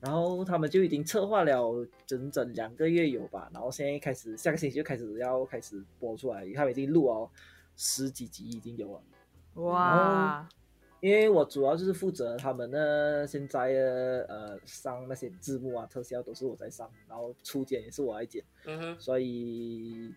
Speaker 3: 然后他们就已经策划了整整两个月有吧，然后现在开始下个星期就开始要开始播出来，他们已经录了十几集已经有了。哦
Speaker 4: 哇，
Speaker 3: 因为我主要就是负责他们的现在的呃上那些字幕啊、特效都是我在上，然后初剪也是我来剪，
Speaker 1: 嗯哼，
Speaker 3: 所以，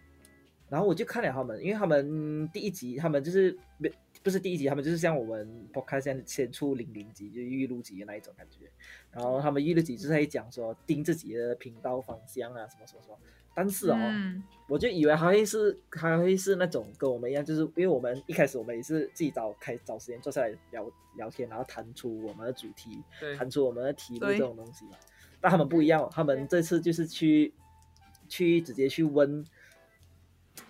Speaker 3: 然后我就看了他们，因为他们第一集，他们就是没不是第一集，他们就是像我们 podcast 先先出零零集，就预录集的那一种感觉。然后他们预录集就是在讲说盯自己的频道方向啊，什么什么什么。但是哦，
Speaker 4: 嗯
Speaker 3: 我就以为还会是还会是那种跟我们一样，就是因为我们一开始我们也是自己找开找时间坐下来聊聊天，然后谈出我们的主题，
Speaker 1: 对，
Speaker 3: 谈出我们的题目
Speaker 4: 对
Speaker 3: 这种东西嘛。但他们不一样、哦，他们这次就是去去直接去问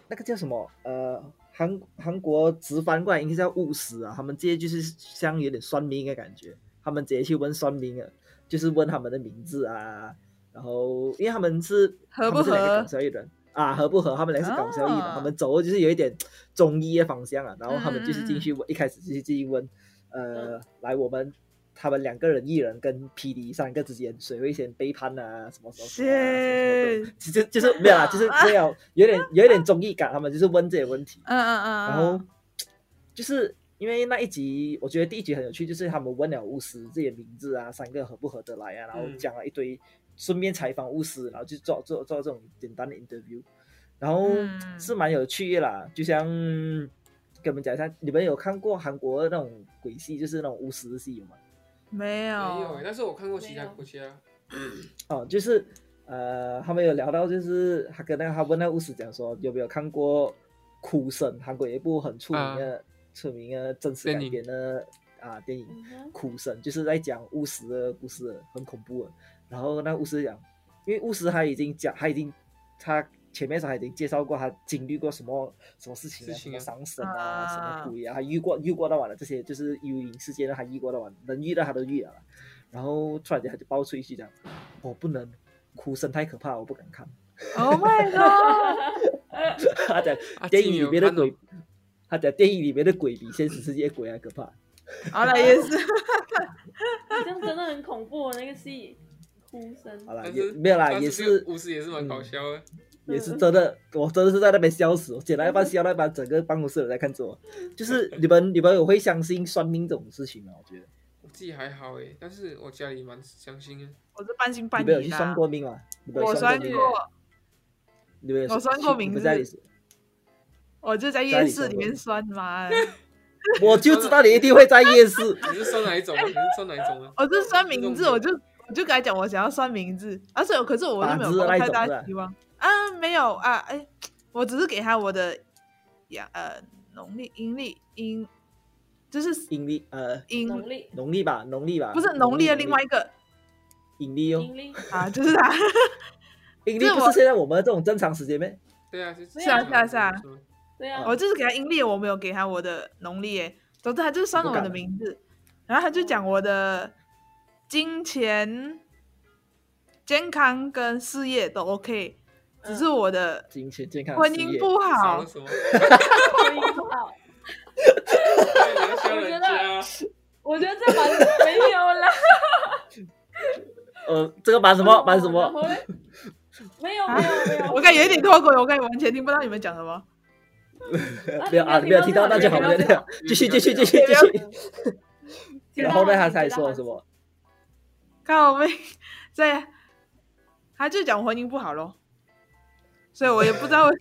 Speaker 3: 那个叫什么呃韩韩国直翻过来应该叫务实啊，他们直接就是像有点算命的感觉，他们直接去问算命的，就是问他们的名字啊，然后因为他们是
Speaker 4: 合不
Speaker 3: 他们是两个
Speaker 4: 合
Speaker 3: 搞笑艺人。啊，合不合？他们俩是搞笑艺人，
Speaker 4: 啊
Speaker 3: 他们走的就是有一点中医的方向啊。然后他们就是
Speaker 4: 嗯嗯
Speaker 3: 进
Speaker 4: 嗯
Speaker 3: 去问，一开始就是进去问，呃，来我们他们两个人，一人跟 PD 三个之间，谁会先背叛啊？什么时候？什么啊什么什么的
Speaker 4: Shit
Speaker 3: 就就就是没有啦，就是没有，有点有点综艺感。他们就是问这些问题，
Speaker 4: 嗯嗯嗯，
Speaker 3: 然后就是因为那一集，我觉得第一集很有趣，就是他们问了巫师这些名字啊，三个合不合得来啊，然后
Speaker 1: 嗯
Speaker 3: 讲了一堆顺便采访巫师，然后就做做做这种简单的 interview，然后
Speaker 4: 嗯
Speaker 3: 是蛮有趣的啦。就像跟你们讲一下，你们有看过韩国那种鬼戏，就是那种巫师戏吗？
Speaker 4: 没
Speaker 1: 没有
Speaker 4: 有
Speaker 1: 欸，，但是我看过其
Speaker 2: 没
Speaker 1: 他
Speaker 2: 有
Speaker 1: 国
Speaker 3: 啊
Speaker 1: 家，
Speaker 3: 哦，就是呃，他们有聊到，就是他跟那个他问那个巫师讲说，有没有看过《哭声》，韩国有一部很出名的、出名的真实
Speaker 1: 啊电
Speaker 3: 改
Speaker 1: 影
Speaker 3: 编的啊电影
Speaker 2: 嗯哼
Speaker 3: 《哭声》，就是在讲巫师的故事的，很恐怖的。然后那巫师讲，因为巫师他已经讲，他已经他前面他已经介绍过他经历过什么什么事情啊，
Speaker 1: 事情啊
Speaker 3: 什么上身啊，
Speaker 4: 啊
Speaker 3: 什么鬼啊，他遇过遇过到晚了这些，就是幽灵事件啊，他遇过到晚，能遇到他都遇了啦。然后突然间他就爆出一句讲，我不能，哭声太可怕，我不敢看。
Speaker 4: ，Oh my god！
Speaker 3: 他讲
Speaker 1: 啊
Speaker 3: 电
Speaker 1: 自己
Speaker 3: 影里
Speaker 1: 有
Speaker 3: 面的
Speaker 1: 看哦
Speaker 3: 鬼，他讲电影里面的鬼比现实世界鬼还可怕。
Speaker 4: 好了，也是，
Speaker 2: 这样真的很恐怖哦，那个戏哭声
Speaker 3: 好。了，
Speaker 1: 但
Speaker 3: 也
Speaker 1: 是
Speaker 3: 没有啦，
Speaker 1: 但
Speaker 3: 也
Speaker 1: 这个
Speaker 3: 是
Speaker 1: 巫师也是蛮搞
Speaker 3: 嗯
Speaker 1: 笑的。
Speaker 3: 也是
Speaker 4: 嗯
Speaker 3: 真的，我真的是在那边笑死，我剪到一半笑到一半，整个办公室有人在看着我。 就是你们你们有会相信算命这种事情吗？我觉得
Speaker 1: 我自己还好诶，但是我家里蛮相信的。
Speaker 4: 我是半信半
Speaker 3: 你
Speaker 4: 疑
Speaker 3: 们有
Speaker 4: 的。
Speaker 3: 去算过命吗？你们有
Speaker 4: 我
Speaker 3: 算
Speaker 4: 算
Speaker 3: 过命吗？
Speaker 4: 过，
Speaker 3: 你们有
Speaker 4: 我算过
Speaker 3: 去
Speaker 4: 名
Speaker 3: 你们家里
Speaker 4: 字我就在夜市里面算嘛，
Speaker 3: 我就知道你一定会在夜市。
Speaker 1: 你是算哪一种啊？你是算哪一种啊？
Speaker 4: 我就算名字，我就我就跟他讲我想要算名字，而且可是我就没有抱太大希望啊，没有啊，哎，我只是给他我的阳呃农历阴历阴，就是
Speaker 3: 阴历呃
Speaker 4: 阴
Speaker 2: 农历
Speaker 3: 农历吧，农历吧，
Speaker 4: 不是农历的另外一
Speaker 3: 一
Speaker 4: 个
Speaker 3: 阴历哦，
Speaker 2: 阴历，
Speaker 4: 啊，就是他
Speaker 3: 阴
Speaker 4: 这
Speaker 3: 历
Speaker 4: 我
Speaker 3: 不是现在我们这种正常时间咩？
Speaker 1: 对啊，是
Speaker 2: 是啊
Speaker 1: 正
Speaker 4: 是啊
Speaker 1: 常
Speaker 4: 是啊
Speaker 1: 的说
Speaker 2: 对啊，
Speaker 3: 哦
Speaker 4: 我就是给他阴历，我没有给他我的农历耶。总之，他就算了我的名字，然后他就讲我的金钱、健康跟事业都 OK，只
Speaker 2: 嗯
Speaker 4: 是我的
Speaker 3: 金钱健康
Speaker 4: 婚
Speaker 3: 事
Speaker 4: 姻
Speaker 3: 业
Speaker 4: 不
Speaker 1: 少
Speaker 4: 好
Speaker 1: 了。什么？
Speaker 2: 口音不 好。
Speaker 1: 对你要笑人家啊
Speaker 2: 我，我觉得这蛮没有啦。
Speaker 3: 呃这个蛮什
Speaker 4: 哦
Speaker 3: 么蛮什
Speaker 2: 哦然后
Speaker 3: 么？
Speaker 2: 嘞？没有没有没有，
Speaker 4: 我感觉有点脱轨，我感觉完全听不到你们讲什么。哦
Speaker 3: 没有啊，没有听到那就好，没有听到，继续继续继续继续。然后呢，他才说什？么？
Speaker 4: 靠背，在他就讲我婚姻不好咯，所以我也不知道 为，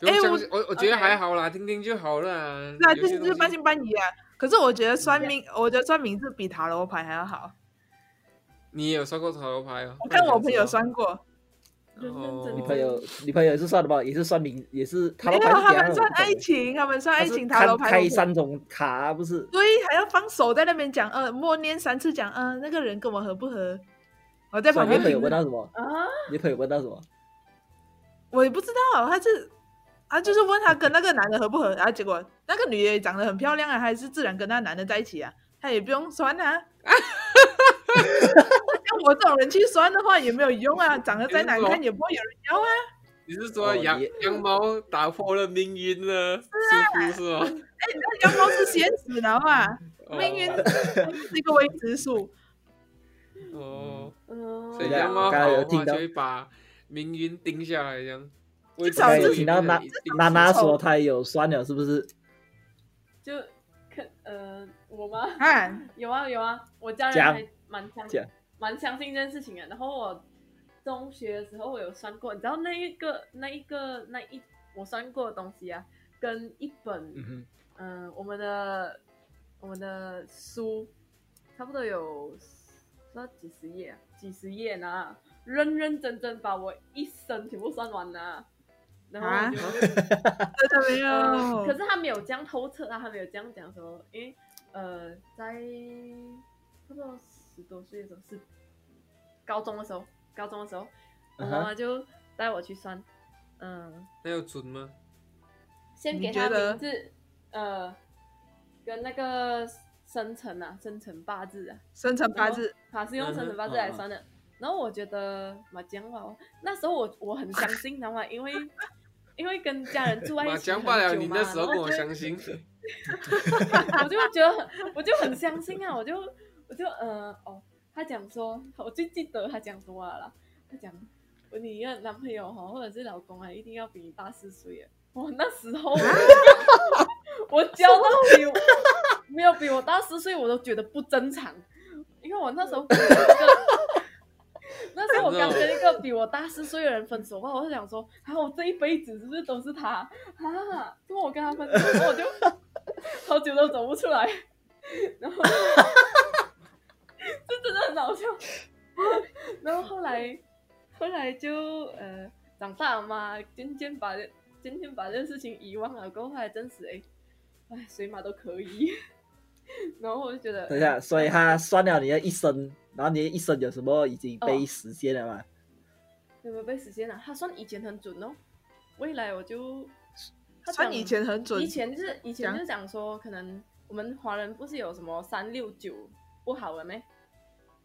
Speaker 1: 不用
Speaker 4: 哎
Speaker 1: 相
Speaker 4: 我
Speaker 1: 信，我我觉得还好啦，听听就好了。
Speaker 4: 那
Speaker 1: 有
Speaker 4: 啊就
Speaker 1: 些
Speaker 4: 是
Speaker 1: 东
Speaker 4: 半
Speaker 1: 西
Speaker 4: 信半疑啊。可是我觉得算
Speaker 3: 嗯
Speaker 4: 命，我觉得算名字比塔罗牌还要好。
Speaker 1: 你也有算过塔罗牌哦？
Speaker 4: 我看我
Speaker 1: 不
Speaker 4: 朋
Speaker 1: 然你
Speaker 4: 友
Speaker 1: 怎么
Speaker 4: 算过，
Speaker 1: 知道，
Speaker 2: 认认真
Speaker 3: 你
Speaker 1: 哦
Speaker 3: 朋友你朋友是算什么？也是算命，也是塔
Speaker 4: 没
Speaker 3: 罗
Speaker 4: 有
Speaker 3: 牌
Speaker 4: 他
Speaker 3: 是怎样的？
Speaker 4: 们算爱情，他们算
Speaker 3: 他
Speaker 4: 爱
Speaker 3: 是
Speaker 4: 情塔
Speaker 3: 看
Speaker 4: 罗牌
Speaker 3: 开
Speaker 4: 我不
Speaker 3: 三种卡不是？
Speaker 4: 对，还要放手在那边讲，呃，默念三次讲，呃，那个人跟我合不合？我在
Speaker 3: 所
Speaker 4: 旁
Speaker 3: 以
Speaker 4: 边
Speaker 3: 你朋友
Speaker 4: 评论，
Speaker 3: 问到什么？
Speaker 2: 啊，
Speaker 3: 你朋友问到什么？
Speaker 4: 我也不知道，他是他就是问他跟那个男的合不合，然后结果那个女的也长得很漂亮啊，还是自然跟那男的在一起啊，他也不用算啊。 像我这种人去算的话也没有用啊，长得再难看也不会有人要啊。
Speaker 1: 你是说
Speaker 3: 哦
Speaker 1: 羊
Speaker 3: 你
Speaker 1: 羊毛打破了命运呢？是不是吗？
Speaker 4: 哎那妖猫是现实，你知道吗？命运
Speaker 1: 哦
Speaker 4: 是一个未知数。
Speaker 1: 哦，
Speaker 2: 嗯，
Speaker 1: 所以
Speaker 3: 对啊
Speaker 1: 羊毛
Speaker 3: 我刚才
Speaker 1: 好
Speaker 3: 有
Speaker 1: 的话
Speaker 3: 听
Speaker 1: 就
Speaker 3: 到
Speaker 1: 会把命运定下来，这样。我
Speaker 4: 少
Speaker 3: 有
Speaker 4: 是
Speaker 3: 听到娜娜娜说她也有算了，是不是？
Speaker 2: 就可呃，我妈
Speaker 4: 啊，
Speaker 2: 有啊有啊，我家人
Speaker 3: 讲
Speaker 2: 还蛮相
Speaker 3: 讲
Speaker 2: 蛮相信这件事情的。然后我中学的时候我有算过，你知道那一个那一个那一我算过的东西啊，跟一本
Speaker 3: 嗯
Speaker 2: 嗯、我们的我们的书差不多有不知道几十页啊、几十页呢、认认真真把我一生全部算完了、然后
Speaker 4: 啊
Speaker 2: 我就、
Speaker 4: 真的没
Speaker 2: 呃
Speaker 4: 有。
Speaker 2: 可是他没有这样偷测啊，他没有这样讲说，因为呃，在差不多十多岁的时候，是高中的时候，高中的时候，我
Speaker 3: 嗯
Speaker 2: 妈
Speaker 3: 哼
Speaker 2: 妈就带我去算，嗯、
Speaker 1: 那有准吗？
Speaker 2: 先
Speaker 4: 你
Speaker 2: 给
Speaker 4: 觉
Speaker 2: 他
Speaker 4: 得
Speaker 2: 名字，呃，跟那个生辰啊，生辰八字啊，
Speaker 4: 生辰八字，
Speaker 2: 他是用生辰八字来算的。然后我觉得麻将吧，那时候我我很相信，你知道吗？因为因为跟家人住在一
Speaker 1: 马
Speaker 2: 起
Speaker 1: 讲
Speaker 2: 很久
Speaker 1: 罢
Speaker 2: 嘛，
Speaker 1: 了，你那时候跟我
Speaker 2: 然
Speaker 1: 相
Speaker 2: 后
Speaker 1: 信，
Speaker 2: 我就 我就觉得很我就很相信啊，我就我就呃哦，他讲说，我最记得他讲什么了啦，他讲你的男朋友哈或者是老公啊，一定要比你大四岁耶。我那时候 我交到比我没有比我大四岁，我都觉得不正常，因为我那时候跟一个。那时候我刚跟一个比我大四岁的人分手吧，我就想说，啊，我这一辈子是不是都是他啊？怎么我跟他分手，然后我就好久都走不出来， 然后 这真的很搞笑。 然后后来，后来就呃长大了嘛，渐渐把这渐渐把这个事情遗忘了，过后后来真是哎，哎，谁嘛都可以。 然后我就觉得，
Speaker 3: 等一下，所以他算了你的一生，然后你的一生有什么已经被实现了吗？
Speaker 2: 有没有被实现啊了？他算以前很准哦，未来我就他
Speaker 4: 算
Speaker 2: 讲
Speaker 4: 以前很准，
Speaker 2: 以前就是以前
Speaker 4: 讲
Speaker 2: 就是讲说，可能我们华人不是有什么三六九不好的咩？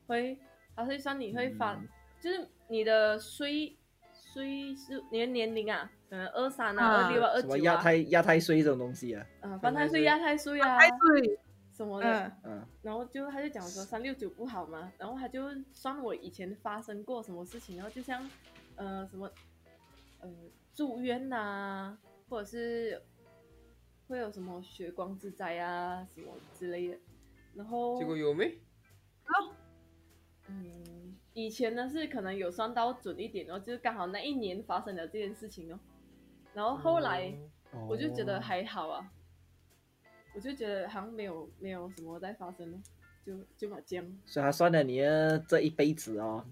Speaker 2: 会，他会算你会发，
Speaker 3: 嗯
Speaker 2: 就是你的岁岁数，你的年龄啊，可能二三
Speaker 4: 啊
Speaker 2: 啊、二六啊、二
Speaker 3: 什么
Speaker 2: 九
Speaker 3: 亚
Speaker 2: 啊，
Speaker 3: 太亚太税这种东西啊？
Speaker 2: 啊，犯太岁、压太岁啊
Speaker 4: 哎对，
Speaker 2: 什么的。
Speaker 4: 嗯，
Speaker 3: 嗯，
Speaker 2: 然后就他就讲说三六九不好嘛，然后他就算我以前发生过什么事情，然后就像呃什么呃住院呐、或者是会有什么血光之灾啊什么之类的。然后
Speaker 1: 结果有没？
Speaker 2: 嗯，以前呢是可能有算到准一点哦，就是刚好那一年发生了这件事情哦。然后后来、
Speaker 1: 哦
Speaker 3: 哦
Speaker 2: 我就觉得还好啊，我就觉得好像没有没有什么在发生了，就就把这样。
Speaker 3: 所以他算了你的这一辈子哦，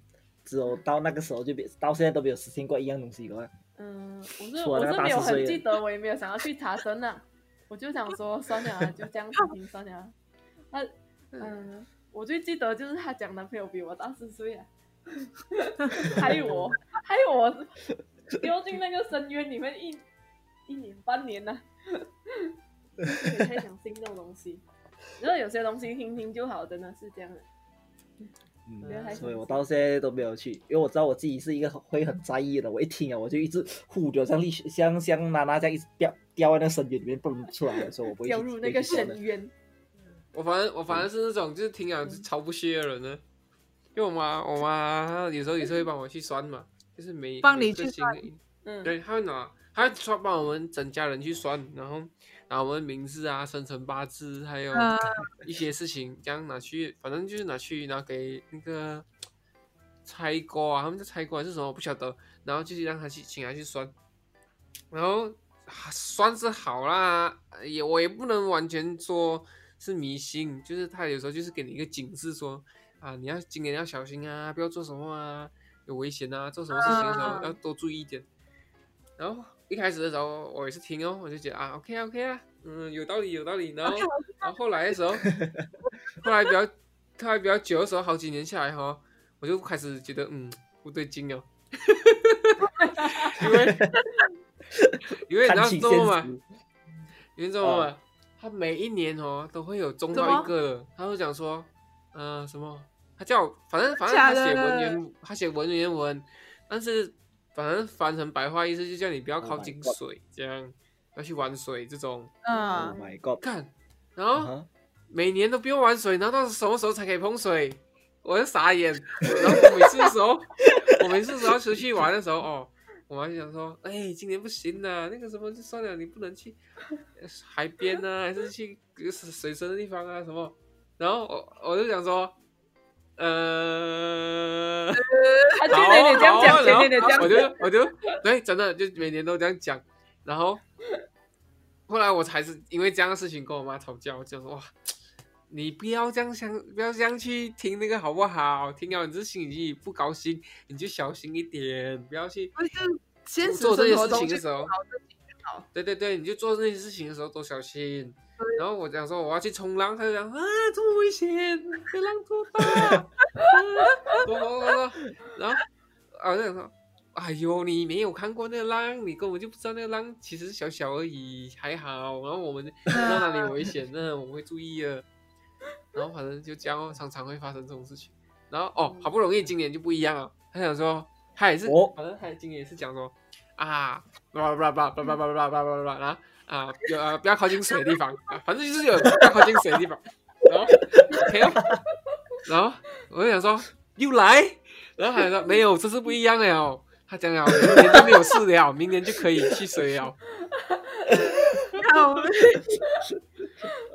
Speaker 3: 只有到那个时候就没，到现在都没有实现过一样东西过。
Speaker 2: 嗯，我是
Speaker 3: 除了
Speaker 2: 我
Speaker 3: 那
Speaker 2: 是
Speaker 3: 个
Speaker 2: 没有
Speaker 3: 80岁
Speaker 2: 很
Speaker 3: 的
Speaker 2: 记得，我也没有想要去查身啊，我就想说算了、啊，就这样子听算了、啊。他嗯，我最记得就是她讲男朋友比我大四岁啊， 害我害我丢进那个深渊里面一一年半年呐、啊， 就是你太想信这种东西，然后有些东西听听就好，真的是这样的。原来
Speaker 3: 嗯，
Speaker 2: 是
Speaker 3: 所以我到现在都没有去，因为我知道我自己是一个会很在意的人。我一听啊，我就一直护着像立像像娜娜这样一直掉掉在那个深渊里面蹦不出来的，所以我不会去
Speaker 2: 掉入那个
Speaker 3: 不会去做的
Speaker 2: 深渊，
Speaker 1: 我反正我反正是那种就是听了就超不屑的人呢，因为我妈我妈有时候也是会帮我去算嘛，就是每
Speaker 4: 帮你
Speaker 1: 每次
Speaker 4: 去
Speaker 1: 新
Speaker 4: 算
Speaker 1: 的一
Speaker 2: 嗯，
Speaker 1: 对，他会拿，他会算帮我们整家人去算，然后拿我们名字啊、生辰八字，还有
Speaker 4: 嗯
Speaker 1: 一些事情，这样拿去，反正就是拿去，然后给那个差哥啊，他们叫差哥还是什么，我不晓得，然后就是让他去请他去算，然后、啊算是好啦，也我也不能完全说是迷信，就是他有时候就是给你一个警示说啊，你要今年要小心啊，不要做什么啊，有危险啊，做什么事情的时候
Speaker 4: 嗯
Speaker 1: 要多注意一点。然后一开始的时候我也是听哦，我就觉得啊，OK 啊 OK 啊，嗯，有道理有道理。然后然后后来的时候， 后来比较后来比较久的时候，好几年下来哈、哦，我就开始觉得嗯不对劲哦，因为因为你
Speaker 3: 看
Speaker 1: 知道
Speaker 3: 清
Speaker 1: 怎么
Speaker 3: 现
Speaker 1: 吗？
Speaker 3: 实。
Speaker 1: 你知道吗？他每一年哦都会有中到一个的，他会讲说，嗯、什么？他叫我反正反正他
Speaker 4: 假的
Speaker 1: 写文言，他写文言文，但是反正翻成白话意思就叫你不要
Speaker 3: Oh
Speaker 1: 靠
Speaker 3: my
Speaker 1: 近
Speaker 3: God
Speaker 1: 水，这样要去玩水这种。
Speaker 3: Oh
Speaker 1: 哦
Speaker 4: 嗯，
Speaker 3: my god！
Speaker 1: 看，然
Speaker 3: 啊
Speaker 1: 后
Speaker 3: 哈
Speaker 1: 每年都不用玩水，然后到什么时候才可以碰水？我就傻眼。然后我每次的时候，我每次的时候出去玩的时候，哦，我妈就想说，哎、今年不行啦，那个什么就算了，你不能去呃海边啊，还是去呃水深的地方啊什么。然后我我就想说，呃，
Speaker 2: 他去年你这样
Speaker 1: 好
Speaker 2: 讲，
Speaker 1: 然
Speaker 2: 前
Speaker 1: 后
Speaker 2: 年你这样
Speaker 1: 我
Speaker 2: 讲
Speaker 1: 就。我就对，真的就每年都这样讲。然后后来我才是因为这样的事情跟我妈吵架，我就说哇，你不要这样想，不要这样去听那个好不好？听了你这心里不高兴，你就小心一点，不要去
Speaker 4: 就是现实
Speaker 1: 做这些
Speaker 4: 生活
Speaker 1: 事
Speaker 4: 中
Speaker 1: 情
Speaker 4: 去
Speaker 1: 的时候，对对对，你就做这些事情的时候多小心。然后我讲说我要去冲浪，他就讲啊这么危险， 被浪拖到，多多多多，然后啊我就想说，哎呦你没有看过那个浪，你根本就不知道那个浪其实小小而已，还好。然后我们知道哪里有危险呢，我们会注意的。然后反正就这样哦，常常会发生这种事情。然后哦，好不容易今年就不一样了，他想说他也是，
Speaker 3: 哦
Speaker 1: 反正他今年也是讲说啊，叭叭叭叭叭叭叭叭叭叭，然后啊有啊不要靠近水的地方，啊反正就是有不要靠近水的地方。然后 OK 哦，然后我就想说又来， 然后他 说没有，这次不一样了哦。他讲了，明年就没有 事了，明年就可以去水了。
Speaker 4: 靠哦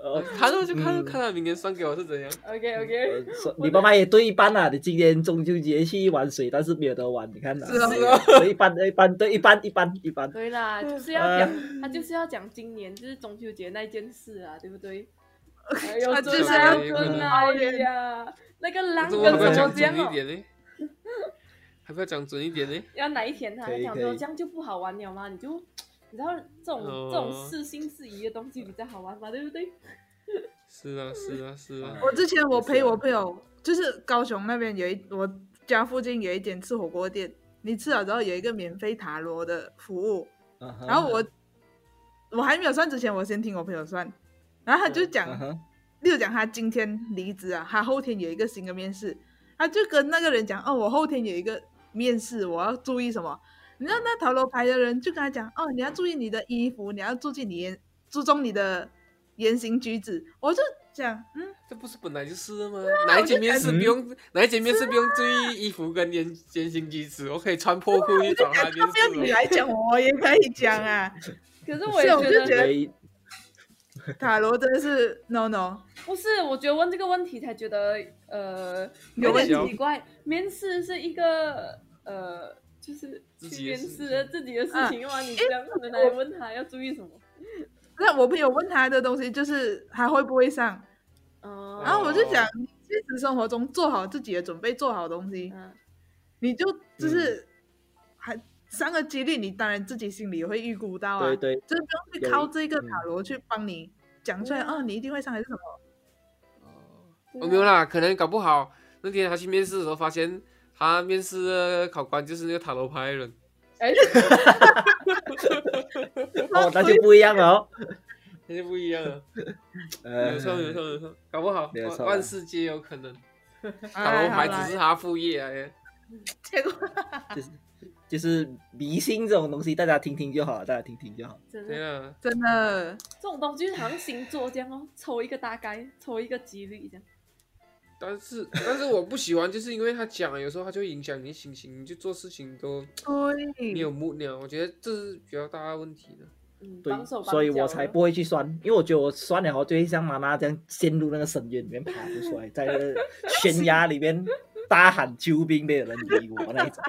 Speaker 3: 呃，
Speaker 1: 看了就看了，
Speaker 3: 嗯
Speaker 1: 看他明年算给我是怎样。
Speaker 2: OK OK，
Speaker 3: 呃说你妈妈也对一半啦、你今天中秋节去玩水，但是没有得玩，你看呐、
Speaker 4: 是啊
Speaker 3: 哎呀对一般对一般对一般一般一般。
Speaker 2: 对啦，就是要讲，他就是要讲今年就是中秋节那件事啊，对不对？哎呦，
Speaker 4: 他就是
Speaker 2: 真啊
Speaker 1: 要
Speaker 2: 真啊哎呀，那个
Speaker 1: 可
Speaker 2: 狼
Speaker 1: 是
Speaker 2: 跟
Speaker 1: 我还不要
Speaker 2: 什
Speaker 1: 讲
Speaker 2: 么这样
Speaker 1: 准一
Speaker 2: 哦？
Speaker 1: 点呢？还不要讲准一点呢？
Speaker 2: 要哪一天他
Speaker 3: 可以
Speaker 2: 讲
Speaker 3: 可
Speaker 2: 说
Speaker 3: 以
Speaker 2: 这样就不好玩了嘛？你就你知道这种
Speaker 1: 哦
Speaker 2: 这种事心事疑的东西比较好玩嘛，对不对？
Speaker 1: 是啊，是啊，是啊。
Speaker 4: 我之前我
Speaker 3: 是
Speaker 4: 陪
Speaker 3: 啊
Speaker 4: 我朋友，就是高雄那边有一我家附近有一间吃火锅店，你吃了之后有一个免费塔罗的服务，
Speaker 3: 嗯哼
Speaker 4: 然后我我还没有算之前，我先听我朋友算，然后他就讲，
Speaker 3: 嗯哼
Speaker 4: 例如讲他今天离职啊，他后天有一个新的面试，他就跟那个人讲，哦，我后天有一个面试，我要注意什么？你知道那塔罗牌的人就跟他讲，哦，你要注意你的衣服，你要注意你言，注重你的言行举止。我就讲，嗯，
Speaker 1: 这不是本来就是的吗？哪一间面试不 用，哪一间面试不用注意衣服跟言言行举止？我可以穿破裤去找他
Speaker 4: 他
Speaker 1: 面
Speaker 4: 不要你
Speaker 1: 试哦。
Speaker 4: 来讲我，我也可以讲啊。
Speaker 2: 可是我也
Speaker 4: 是我
Speaker 2: 觉
Speaker 4: 就
Speaker 2: 得
Speaker 4: 觉得
Speaker 3: 对
Speaker 4: 塔罗真的是 no no，
Speaker 2: 不是，我觉得问这个问题才觉得呃
Speaker 4: 有哦
Speaker 1: 问题
Speaker 2: 点奇怪。面试是一个呃，就是
Speaker 1: 自
Speaker 2: 去
Speaker 1: 己的
Speaker 2: 面
Speaker 1: 事
Speaker 2: 试的自己的事情嘛，你这样子来问他要注意什么？
Speaker 4: 那我朋友问他的东西就是他会不会上，
Speaker 2: 哦，
Speaker 4: 然后我就
Speaker 1: 哦
Speaker 4: 讲，你现实生活中做好自己的准备，做好东西，
Speaker 2: 嗯，
Speaker 4: 你就就是还三个几率，你当然自己心里也会预估到啊，
Speaker 3: 对对，
Speaker 4: 就是不用去
Speaker 3: 有一
Speaker 4: 靠这个
Speaker 3: 嗯
Speaker 4: 塔罗去帮你讲出来，
Speaker 2: 对啊
Speaker 4: 哦，你一定会上还是什么？
Speaker 2: 对啊
Speaker 1: 哦我没有啦，可能搞不好那天他去面试的时候，发现他面试的考官就是那个塔罗牌的人。
Speaker 2: 哎，
Speaker 3: 哦，那就不一样了哦。
Speaker 1: 那就不一样了，
Speaker 3: 呃
Speaker 1: 有错有错有错，搞不好
Speaker 3: 没有
Speaker 1: 万
Speaker 3: 错啊
Speaker 1: 万事皆有可能。塔
Speaker 4: 哎
Speaker 1: 罗
Speaker 4: 好
Speaker 1: 牌
Speaker 4: 啦嗯
Speaker 1: 只是他副业啊哎而已。
Speaker 4: 结果
Speaker 3: 就是就是迷信这种东西，大家听听就好，大家听听就好。
Speaker 2: 真
Speaker 1: 对
Speaker 2: 的，
Speaker 1: 啊，
Speaker 4: 真的
Speaker 2: 这种东西就好像星座这样哦，抽一个大概，抽一个几率这样。
Speaker 1: 但是但是我不喜欢，就是因为他讲，有时候他就会影响你心情，你就做事情
Speaker 4: 嗯
Speaker 1: 都没有
Speaker 4: 对，
Speaker 1: 目了。我觉得这是比较大的问题的。
Speaker 2: 嗯，
Speaker 3: 对
Speaker 2: 绑，手绑
Speaker 3: 所以
Speaker 2: 脚
Speaker 3: 我才
Speaker 2: 的
Speaker 3: 不会去酸，因为我觉得我酸了后就会像妈妈这样陷入那个深渊里面爬不出来，在那个悬崖里面大喊救命，没有人理我那 一种。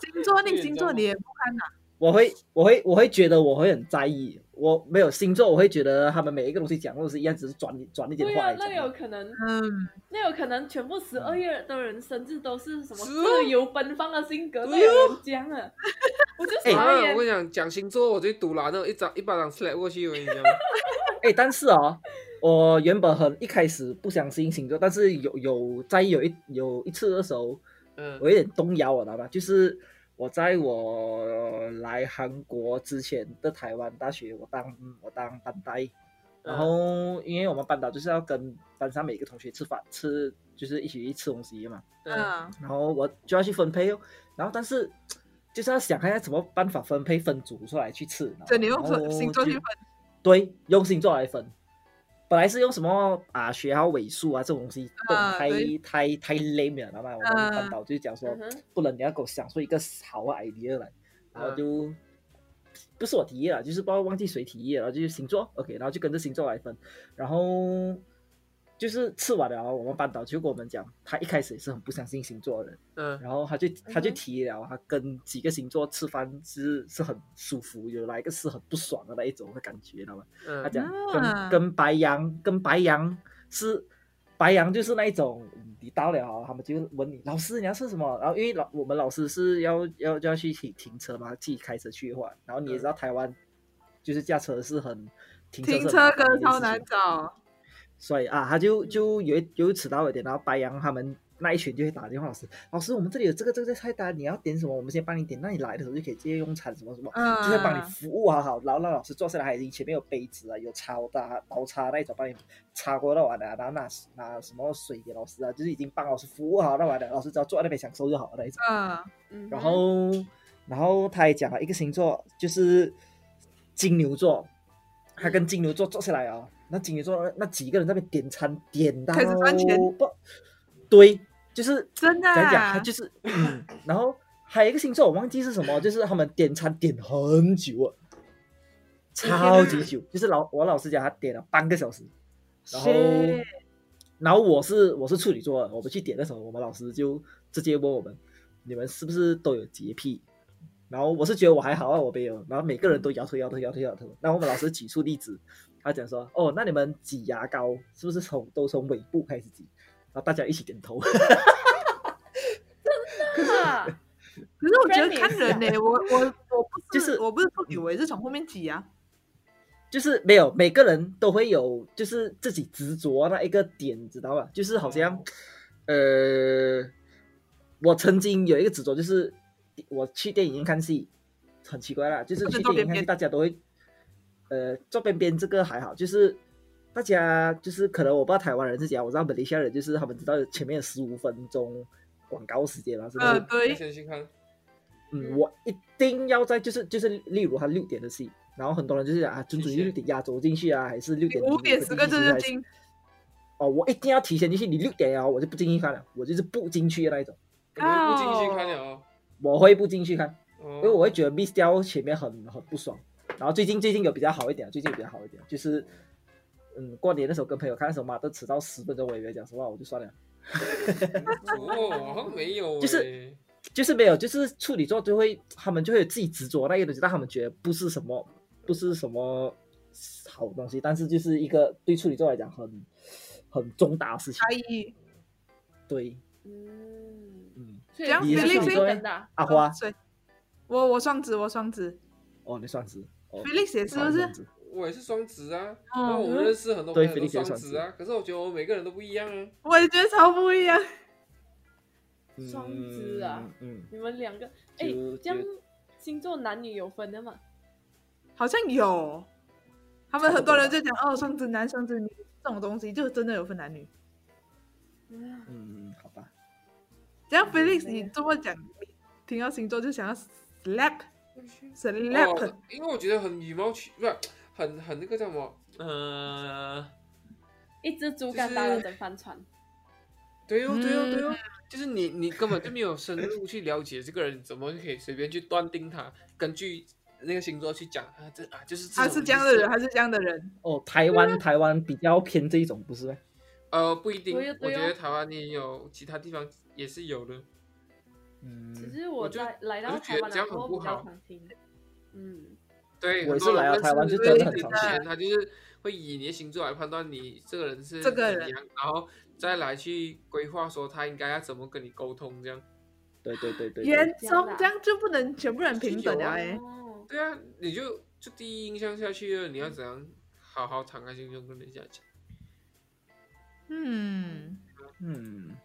Speaker 4: 星座
Speaker 1: 对
Speaker 4: 你星座你也不看呐，
Speaker 3: 我会，我会，我会觉得我会很在意。我没有星座，我会觉得他们每一个东西讲都是一样，只是转转一点
Speaker 2: 对
Speaker 3: 话
Speaker 2: 啊
Speaker 3: 来，
Speaker 2: 那有
Speaker 3: 讲。
Speaker 2: 可能，
Speaker 4: 嗯，
Speaker 2: 那有可能全部十二月的人生日都是什么
Speaker 1: 是哦
Speaker 2: 自由奔放的性格，都
Speaker 1: 对哦
Speaker 2: 有人 讲了，我就
Speaker 3: 哎
Speaker 1: 啊
Speaker 2: 傻
Speaker 1: 我跟你
Speaker 2: 眼。
Speaker 1: 讲，讲星座我最堵了，那种一掌一巴掌 slap 过去，我跟你讲。
Speaker 3: 哎，但是哦，我原本很一开始不相信星座，但是有有在有一有一次的时候，
Speaker 1: 嗯
Speaker 3: 我有点动摇，我知道吧？就是我在我来韩国之前的台湾大学，我当嗯我当班
Speaker 4: 嗯
Speaker 3: 代，然后因为我们班导就是要跟班上每个同学吃饭，吃就是一起去吃东西的嘛，
Speaker 1: 嗯，
Speaker 4: 嗯
Speaker 3: 然后我就要去分配哦，然后但是就是要想看下怎么办法分配分组出来去吃，
Speaker 4: 所以你用
Speaker 3: 然后
Speaker 4: 星座去
Speaker 3: 就
Speaker 4: 分，
Speaker 3: 对，用星座来分。本来是用什么啊学号尾数啊这种东西，这种
Speaker 4: 啊
Speaker 3: 太
Speaker 4: 对
Speaker 3: 太太 lame 了，知道吗？我们班
Speaker 4: 嗯
Speaker 3: 导就讲说
Speaker 2: 嗯，哼
Speaker 3: 不能你要给我想出一个好
Speaker 2: 嗯
Speaker 3: 的 idea 来，然后就不是我提议了，啊就是不知道忘记谁提议了，啊然后就是星座 OK，然后就跟着星座来分，然后就是吃完了，我们班导就跟我们讲，他一开始也是很不相信星座的人，
Speaker 1: 嗯
Speaker 3: 然后他就他就
Speaker 2: 嗯哼
Speaker 3: 提了，他跟几个星座吃饭是是很舒服，有哪一个是很不爽的那一种的感觉，知道吗？他
Speaker 1: 嗯，
Speaker 3: 讲
Speaker 4: 啊
Speaker 3: 跟跟白羊，跟白羊是白羊就是那一种，嗯你到了哦，他们就问你老师你要吃什么，然后因为老我们老师是要要就要去停停车嘛，自己开车去的话，然后你也知道台湾就是驾车是很停车
Speaker 4: 停
Speaker 3: 是
Speaker 4: 车
Speaker 3: 很麻烦的
Speaker 4: 哥
Speaker 3: 一件
Speaker 4: 超
Speaker 3: 事
Speaker 4: 难
Speaker 3: 情
Speaker 4: 找，
Speaker 3: 所以啊，他就就有一有迟到一点，然后白羊他们那一群就会打电话老师，老师我们这里有这个这个菜单，你要点什么，我们先帮你点，那你来的时候就可以直接用餐什么什么，
Speaker 4: 嗯，
Speaker 3: 就是帮你服务好好，然后让老师坐下来，还已经前面有杯子啊，有叉的、刀叉那一种，帮你叉过那完的，啊然后拿拿什么水给老师啊，就是已经帮老师服务好那完的，老师只要坐在那边享受就好了那一种。
Speaker 4: 嗯，
Speaker 2: 嗯哼
Speaker 3: 然后，然后他也讲啊了一个星座，就是金牛座，他
Speaker 4: 嗯
Speaker 3: 跟金牛座坐下来啊、哦，那金牛座那几个人在那边点餐点到
Speaker 4: 开始赚钱
Speaker 3: 不，对，就是
Speaker 4: 真的
Speaker 3: 讲讲，
Speaker 4: 啊
Speaker 3: 他，就是，嗯，然后还有一个星座我忘记是什么，就是他们点餐点很久啊，超级久，就是老我老师讲他点了半个小时，然后
Speaker 4: 是
Speaker 3: 然后我是我是处女座的，啊我们去点的时候，我们老师就直接问我们，你们是不是都有洁癖？然后我是觉得我还好啊，我没有。然后每个人都摇头摇头摇头摇头。然后我们老师举出例子，他讲说，哦，那你们挤牙膏是不是从都从尾部开始挤？然后大家一起点头。
Speaker 2: 啊
Speaker 4: 可是我觉得看人呢、我我我不
Speaker 3: 就是是嗯
Speaker 4: 我不是处女，我也是从后面挤啊。
Speaker 3: 就是没有每个人都会有，就是自己执着啊那一个点，知道吧？就是好像，呃，我曾经有一个执着，就是我去电影院看戏，很奇怪啦，就是
Speaker 4: 不是
Speaker 3: 去
Speaker 4: 坐
Speaker 3: 电影
Speaker 4: 边
Speaker 3: 院看
Speaker 4: 边
Speaker 3: 戏，大家都会，呃，坐边边这个还好，就是大家就是可能我不知道台湾人是怎样，我知道马来西亚人就是他们知道前面十五分钟广告时间嘛，是不是？
Speaker 4: 呃，对，
Speaker 1: 先去看，
Speaker 3: 嗯，我一定要在就是就是，例如他六点的戏，然后很多人就是讲啊，准准
Speaker 1: 谢谢
Speaker 3: 六点压轴进去啊，还是六点
Speaker 4: 五点十个
Speaker 3: 就
Speaker 4: 字就进，
Speaker 3: 哦，我一定要提前进去，你六点呀，我就不进去看了，我就是不进去的那一种，
Speaker 1: 我们不进去看了哦，
Speaker 3: 我会不进去看，
Speaker 1: 因
Speaker 4: 哦
Speaker 3: 因为我会觉得 miss 掉前面很很不爽。然后最近最近有比较好一点，最近有比较好一点，就是嗯，过年的时候跟朋友看的时候嘛，都迟到十分钟，我也没有讲实话，我就算了。
Speaker 1: 哦，好像没有欸，
Speaker 3: 就是就是没有，就是处女座就会，他们就会有自己执着那个东西，但他们觉得不是什么，不是什么好东西，但是就是一个对处女座来讲很很重大的事情。
Speaker 4: 差异
Speaker 3: 对，
Speaker 2: 嗯，
Speaker 3: 嗯，
Speaker 2: 所
Speaker 4: 这样
Speaker 2: 你
Speaker 3: ，Felix
Speaker 2: 是
Speaker 3: 应该
Speaker 2: 真的啊，
Speaker 3: 阿花，
Speaker 4: 所以我我双子，我双子
Speaker 3: 哦，你算是，哦，
Speaker 4: ，Felix 也是不
Speaker 3: 这
Speaker 4: 是
Speaker 3: 样？子
Speaker 1: 我也是双子啊，
Speaker 4: 嗯
Speaker 1: 那我们认识很多朋
Speaker 3: 对
Speaker 1: 友都
Speaker 3: Felix 也
Speaker 1: 双
Speaker 3: 是双
Speaker 1: 子啊，可是我觉得我们每个人都不一样啊。
Speaker 4: 我也觉得超不一样。
Speaker 2: 双子啊，
Speaker 3: 嗯，
Speaker 2: 你们两个，哎
Speaker 3: 就，
Speaker 2: 这样
Speaker 3: 就
Speaker 2: 星座男女有分的嘛？
Speaker 4: 好像有，他们很多人就讲哦，双子男、双子女这种东西，就真的有分男女。
Speaker 2: 嗯
Speaker 3: 嗯嗯，嗯好吧，
Speaker 4: 这
Speaker 3: 嗯
Speaker 4: 样 Felix
Speaker 2: 对
Speaker 4: 你
Speaker 3: 啊
Speaker 4: 这么讲，听到星座就想要 slap
Speaker 1: 哦
Speaker 4: slap，，
Speaker 3: 哦
Speaker 1: 因为我觉得很以貌取，不是很很那个叫什么，呃，
Speaker 2: 一只猪肝打了整帆船，
Speaker 1: 对哦
Speaker 4: 嗯
Speaker 1: 对哦对哦，就是你你根本就没有深入去了解这个人，怎么可以随便去断定他，根据那个星座去讲啊这啊就是
Speaker 4: 他
Speaker 1: 种
Speaker 4: 是这样
Speaker 1: 意
Speaker 4: 的
Speaker 1: 思
Speaker 4: 人，他是这样的人。
Speaker 3: 哦，台湾台湾比较偏这一种，不是咩？
Speaker 1: 呃不一定，
Speaker 2: 对哦
Speaker 1: 我
Speaker 2: 对哦
Speaker 1: 觉得台湾也有，其他地方也是有的。
Speaker 2: 其
Speaker 3: 嗯，
Speaker 2: 实
Speaker 1: 我
Speaker 2: 我
Speaker 1: 就
Speaker 2: 在来
Speaker 1: 我
Speaker 2: 到
Speaker 1: 就觉
Speaker 2: 台
Speaker 1: 得
Speaker 2: 湾
Speaker 1: 这
Speaker 2: 的
Speaker 1: 样
Speaker 2: 时
Speaker 1: 很
Speaker 2: 候
Speaker 1: 不
Speaker 2: 比较
Speaker 1: 好
Speaker 2: 常听，嗯，
Speaker 1: 对，
Speaker 3: 我
Speaker 1: 很
Speaker 3: 也是
Speaker 1: 多人
Speaker 3: 来到啊
Speaker 1: 认
Speaker 3: 台
Speaker 1: 识
Speaker 3: 湾就
Speaker 1: 你
Speaker 4: 真的
Speaker 1: 之
Speaker 4: 很常
Speaker 1: 前
Speaker 4: 见
Speaker 1: 他就是会以你的星座来判断你这个人是
Speaker 4: 这个人
Speaker 1: 怎样，然后再来去规划说他应该要怎么跟你沟通这样。
Speaker 3: 对对对对，
Speaker 4: 严
Speaker 3: 对
Speaker 2: 这样
Speaker 4: 重
Speaker 2: 啦
Speaker 4: 这样就不能全部人平等了哎。
Speaker 2: 哦，
Speaker 1: 对啊，你就就第一印象下去了，你要怎样好好敞开心胸跟人家讲。
Speaker 4: 嗯，
Speaker 3: 嗯，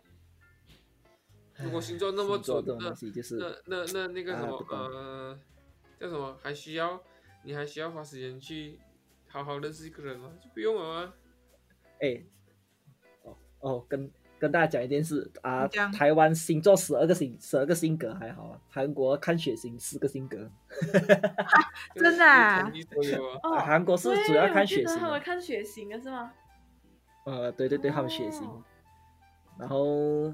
Speaker 1: 如果星座那么
Speaker 3: 星座
Speaker 1: 准
Speaker 3: 这，种
Speaker 1: 那
Speaker 3: 东西就是
Speaker 1: 那那那那个什
Speaker 3: 啊
Speaker 1: 么
Speaker 3: 不懂
Speaker 1: 呃，叫什么？还需要你还需要花时间去好好认识一个人吗？就不用了啊。
Speaker 3: 哎，哦哦，跟跟大家讲一件事啊
Speaker 4: 你讲，
Speaker 3: 台湾星座十二个星十二个性格还好啊，韩国看血型四个性格，
Speaker 4: 真的啊
Speaker 1: 统一都有啊。
Speaker 3: 啊，韩国是主要看血
Speaker 2: 哦对我记得
Speaker 3: 型啊
Speaker 2: 他们
Speaker 3: 的，
Speaker 2: 看血型的是吗？
Speaker 3: 呃，对对对，他们血型
Speaker 2: 哦，
Speaker 3: 然后。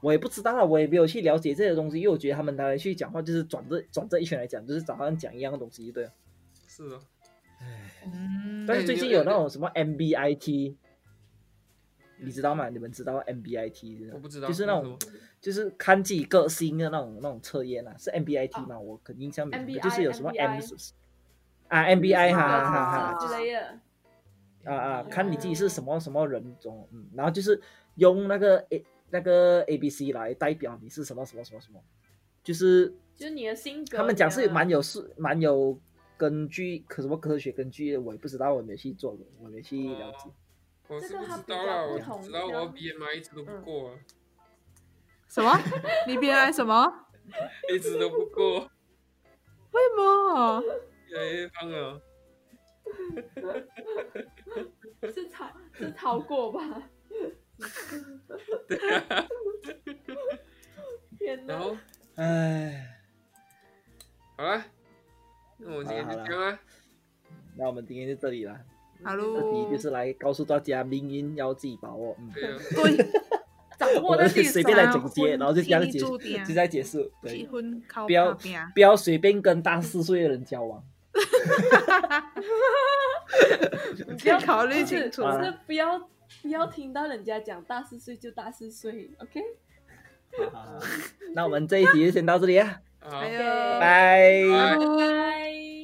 Speaker 3: 我也不知道啊，我也没有去了解这些东西，因为我觉得他们拿来去讲话，就是转这转这一圈来讲，就是早上讲一样的东西，对了。
Speaker 1: 是啊，
Speaker 4: 嗯
Speaker 3: 但是
Speaker 1: 哎
Speaker 3: 最
Speaker 1: 你
Speaker 3: 近
Speaker 1: 有
Speaker 3: 有那
Speaker 1: 有
Speaker 3: 种什么 MBIT，你知道吗？你们知道 MBIT 是什么
Speaker 1: 我不知道，
Speaker 3: 就是那
Speaker 1: 什
Speaker 3: 种
Speaker 1: 么
Speaker 3: 就是看自己个性的那种那种测验啊，是 MBIT
Speaker 2: 啊
Speaker 3: 嘛？我肯印象没
Speaker 2: MBI
Speaker 3: 就是有什么 M
Speaker 2: MBI
Speaker 3: 是啊
Speaker 2: 嗯
Speaker 3: MBI 哈哈
Speaker 4: 啊
Speaker 3: 哈
Speaker 2: 之类的，
Speaker 3: 啊啊，看你自己是什么什么人种，嗯，然后就是用那个 A 那个 A B C 来代表你是什么什么什么什么，就是
Speaker 2: 就是你的性格。
Speaker 3: 他们讲
Speaker 2: 你
Speaker 3: 是
Speaker 2: 的
Speaker 3: 蛮有是蛮有根据，可什么科学根据的我也不知道，我也没去做过，我也没去了解。
Speaker 1: 我是
Speaker 2: 这
Speaker 1: 不
Speaker 2: 个它
Speaker 1: 知
Speaker 2: 比
Speaker 1: 道
Speaker 2: 较
Speaker 1: 啦，
Speaker 2: 不
Speaker 1: 我
Speaker 2: 同
Speaker 1: 只知道
Speaker 2: 像
Speaker 1: 我 BMI 一直都不
Speaker 2: 嗯
Speaker 1: 过啊，
Speaker 4: 什么？ 你 B I 什么？
Speaker 1: 一直都不 过，
Speaker 4: 为什么？
Speaker 1: 越来越胖了。
Speaker 2: 是超是超过吧？天
Speaker 1: 然
Speaker 2: 哪！
Speaker 1: 后
Speaker 3: 唉，
Speaker 1: 好啦，那我们今天就
Speaker 3: 好啦
Speaker 1: 这样啦。那
Speaker 3: 那我们今天就这里了。
Speaker 4: 哈
Speaker 3: 这题
Speaker 4: 喽，
Speaker 3: 就是来告诉大家，命运要自己把握。嗯，
Speaker 1: 对啊，
Speaker 4: 对，啊
Speaker 2: 掌握
Speaker 3: 我
Speaker 2: 在
Speaker 3: 们
Speaker 2: 自己
Speaker 3: 随
Speaker 2: 手
Speaker 3: 便来
Speaker 2: 上。
Speaker 3: 总结，然后就这样解
Speaker 4: 注
Speaker 3: 释，
Speaker 4: 定
Speaker 3: 就在解释。对
Speaker 4: 结，婚靠
Speaker 3: 不要
Speaker 4: 打拼
Speaker 3: 不要随便跟大四岁的人交往。
Speaker 2: 你不
Speaker 4: 可以
Speaker 2: 要
Speaker 4: 考虑
Speaker 2: 就
Speaker 4: 清
Speaker 2: 是
Speaker 4: 楚。
Speaker 3: 啊
Speaker 2: 就是不要不要听到人家讲大四岁就大四岁，OK？
Speaker 3: 好好好那我们这一集就先到这里啊，
Speaker 1: 啊
Speaker 4: 哎，呦，
Speaker 3: 拜。
Speaker 1: 拜
Speaker 2: 拜。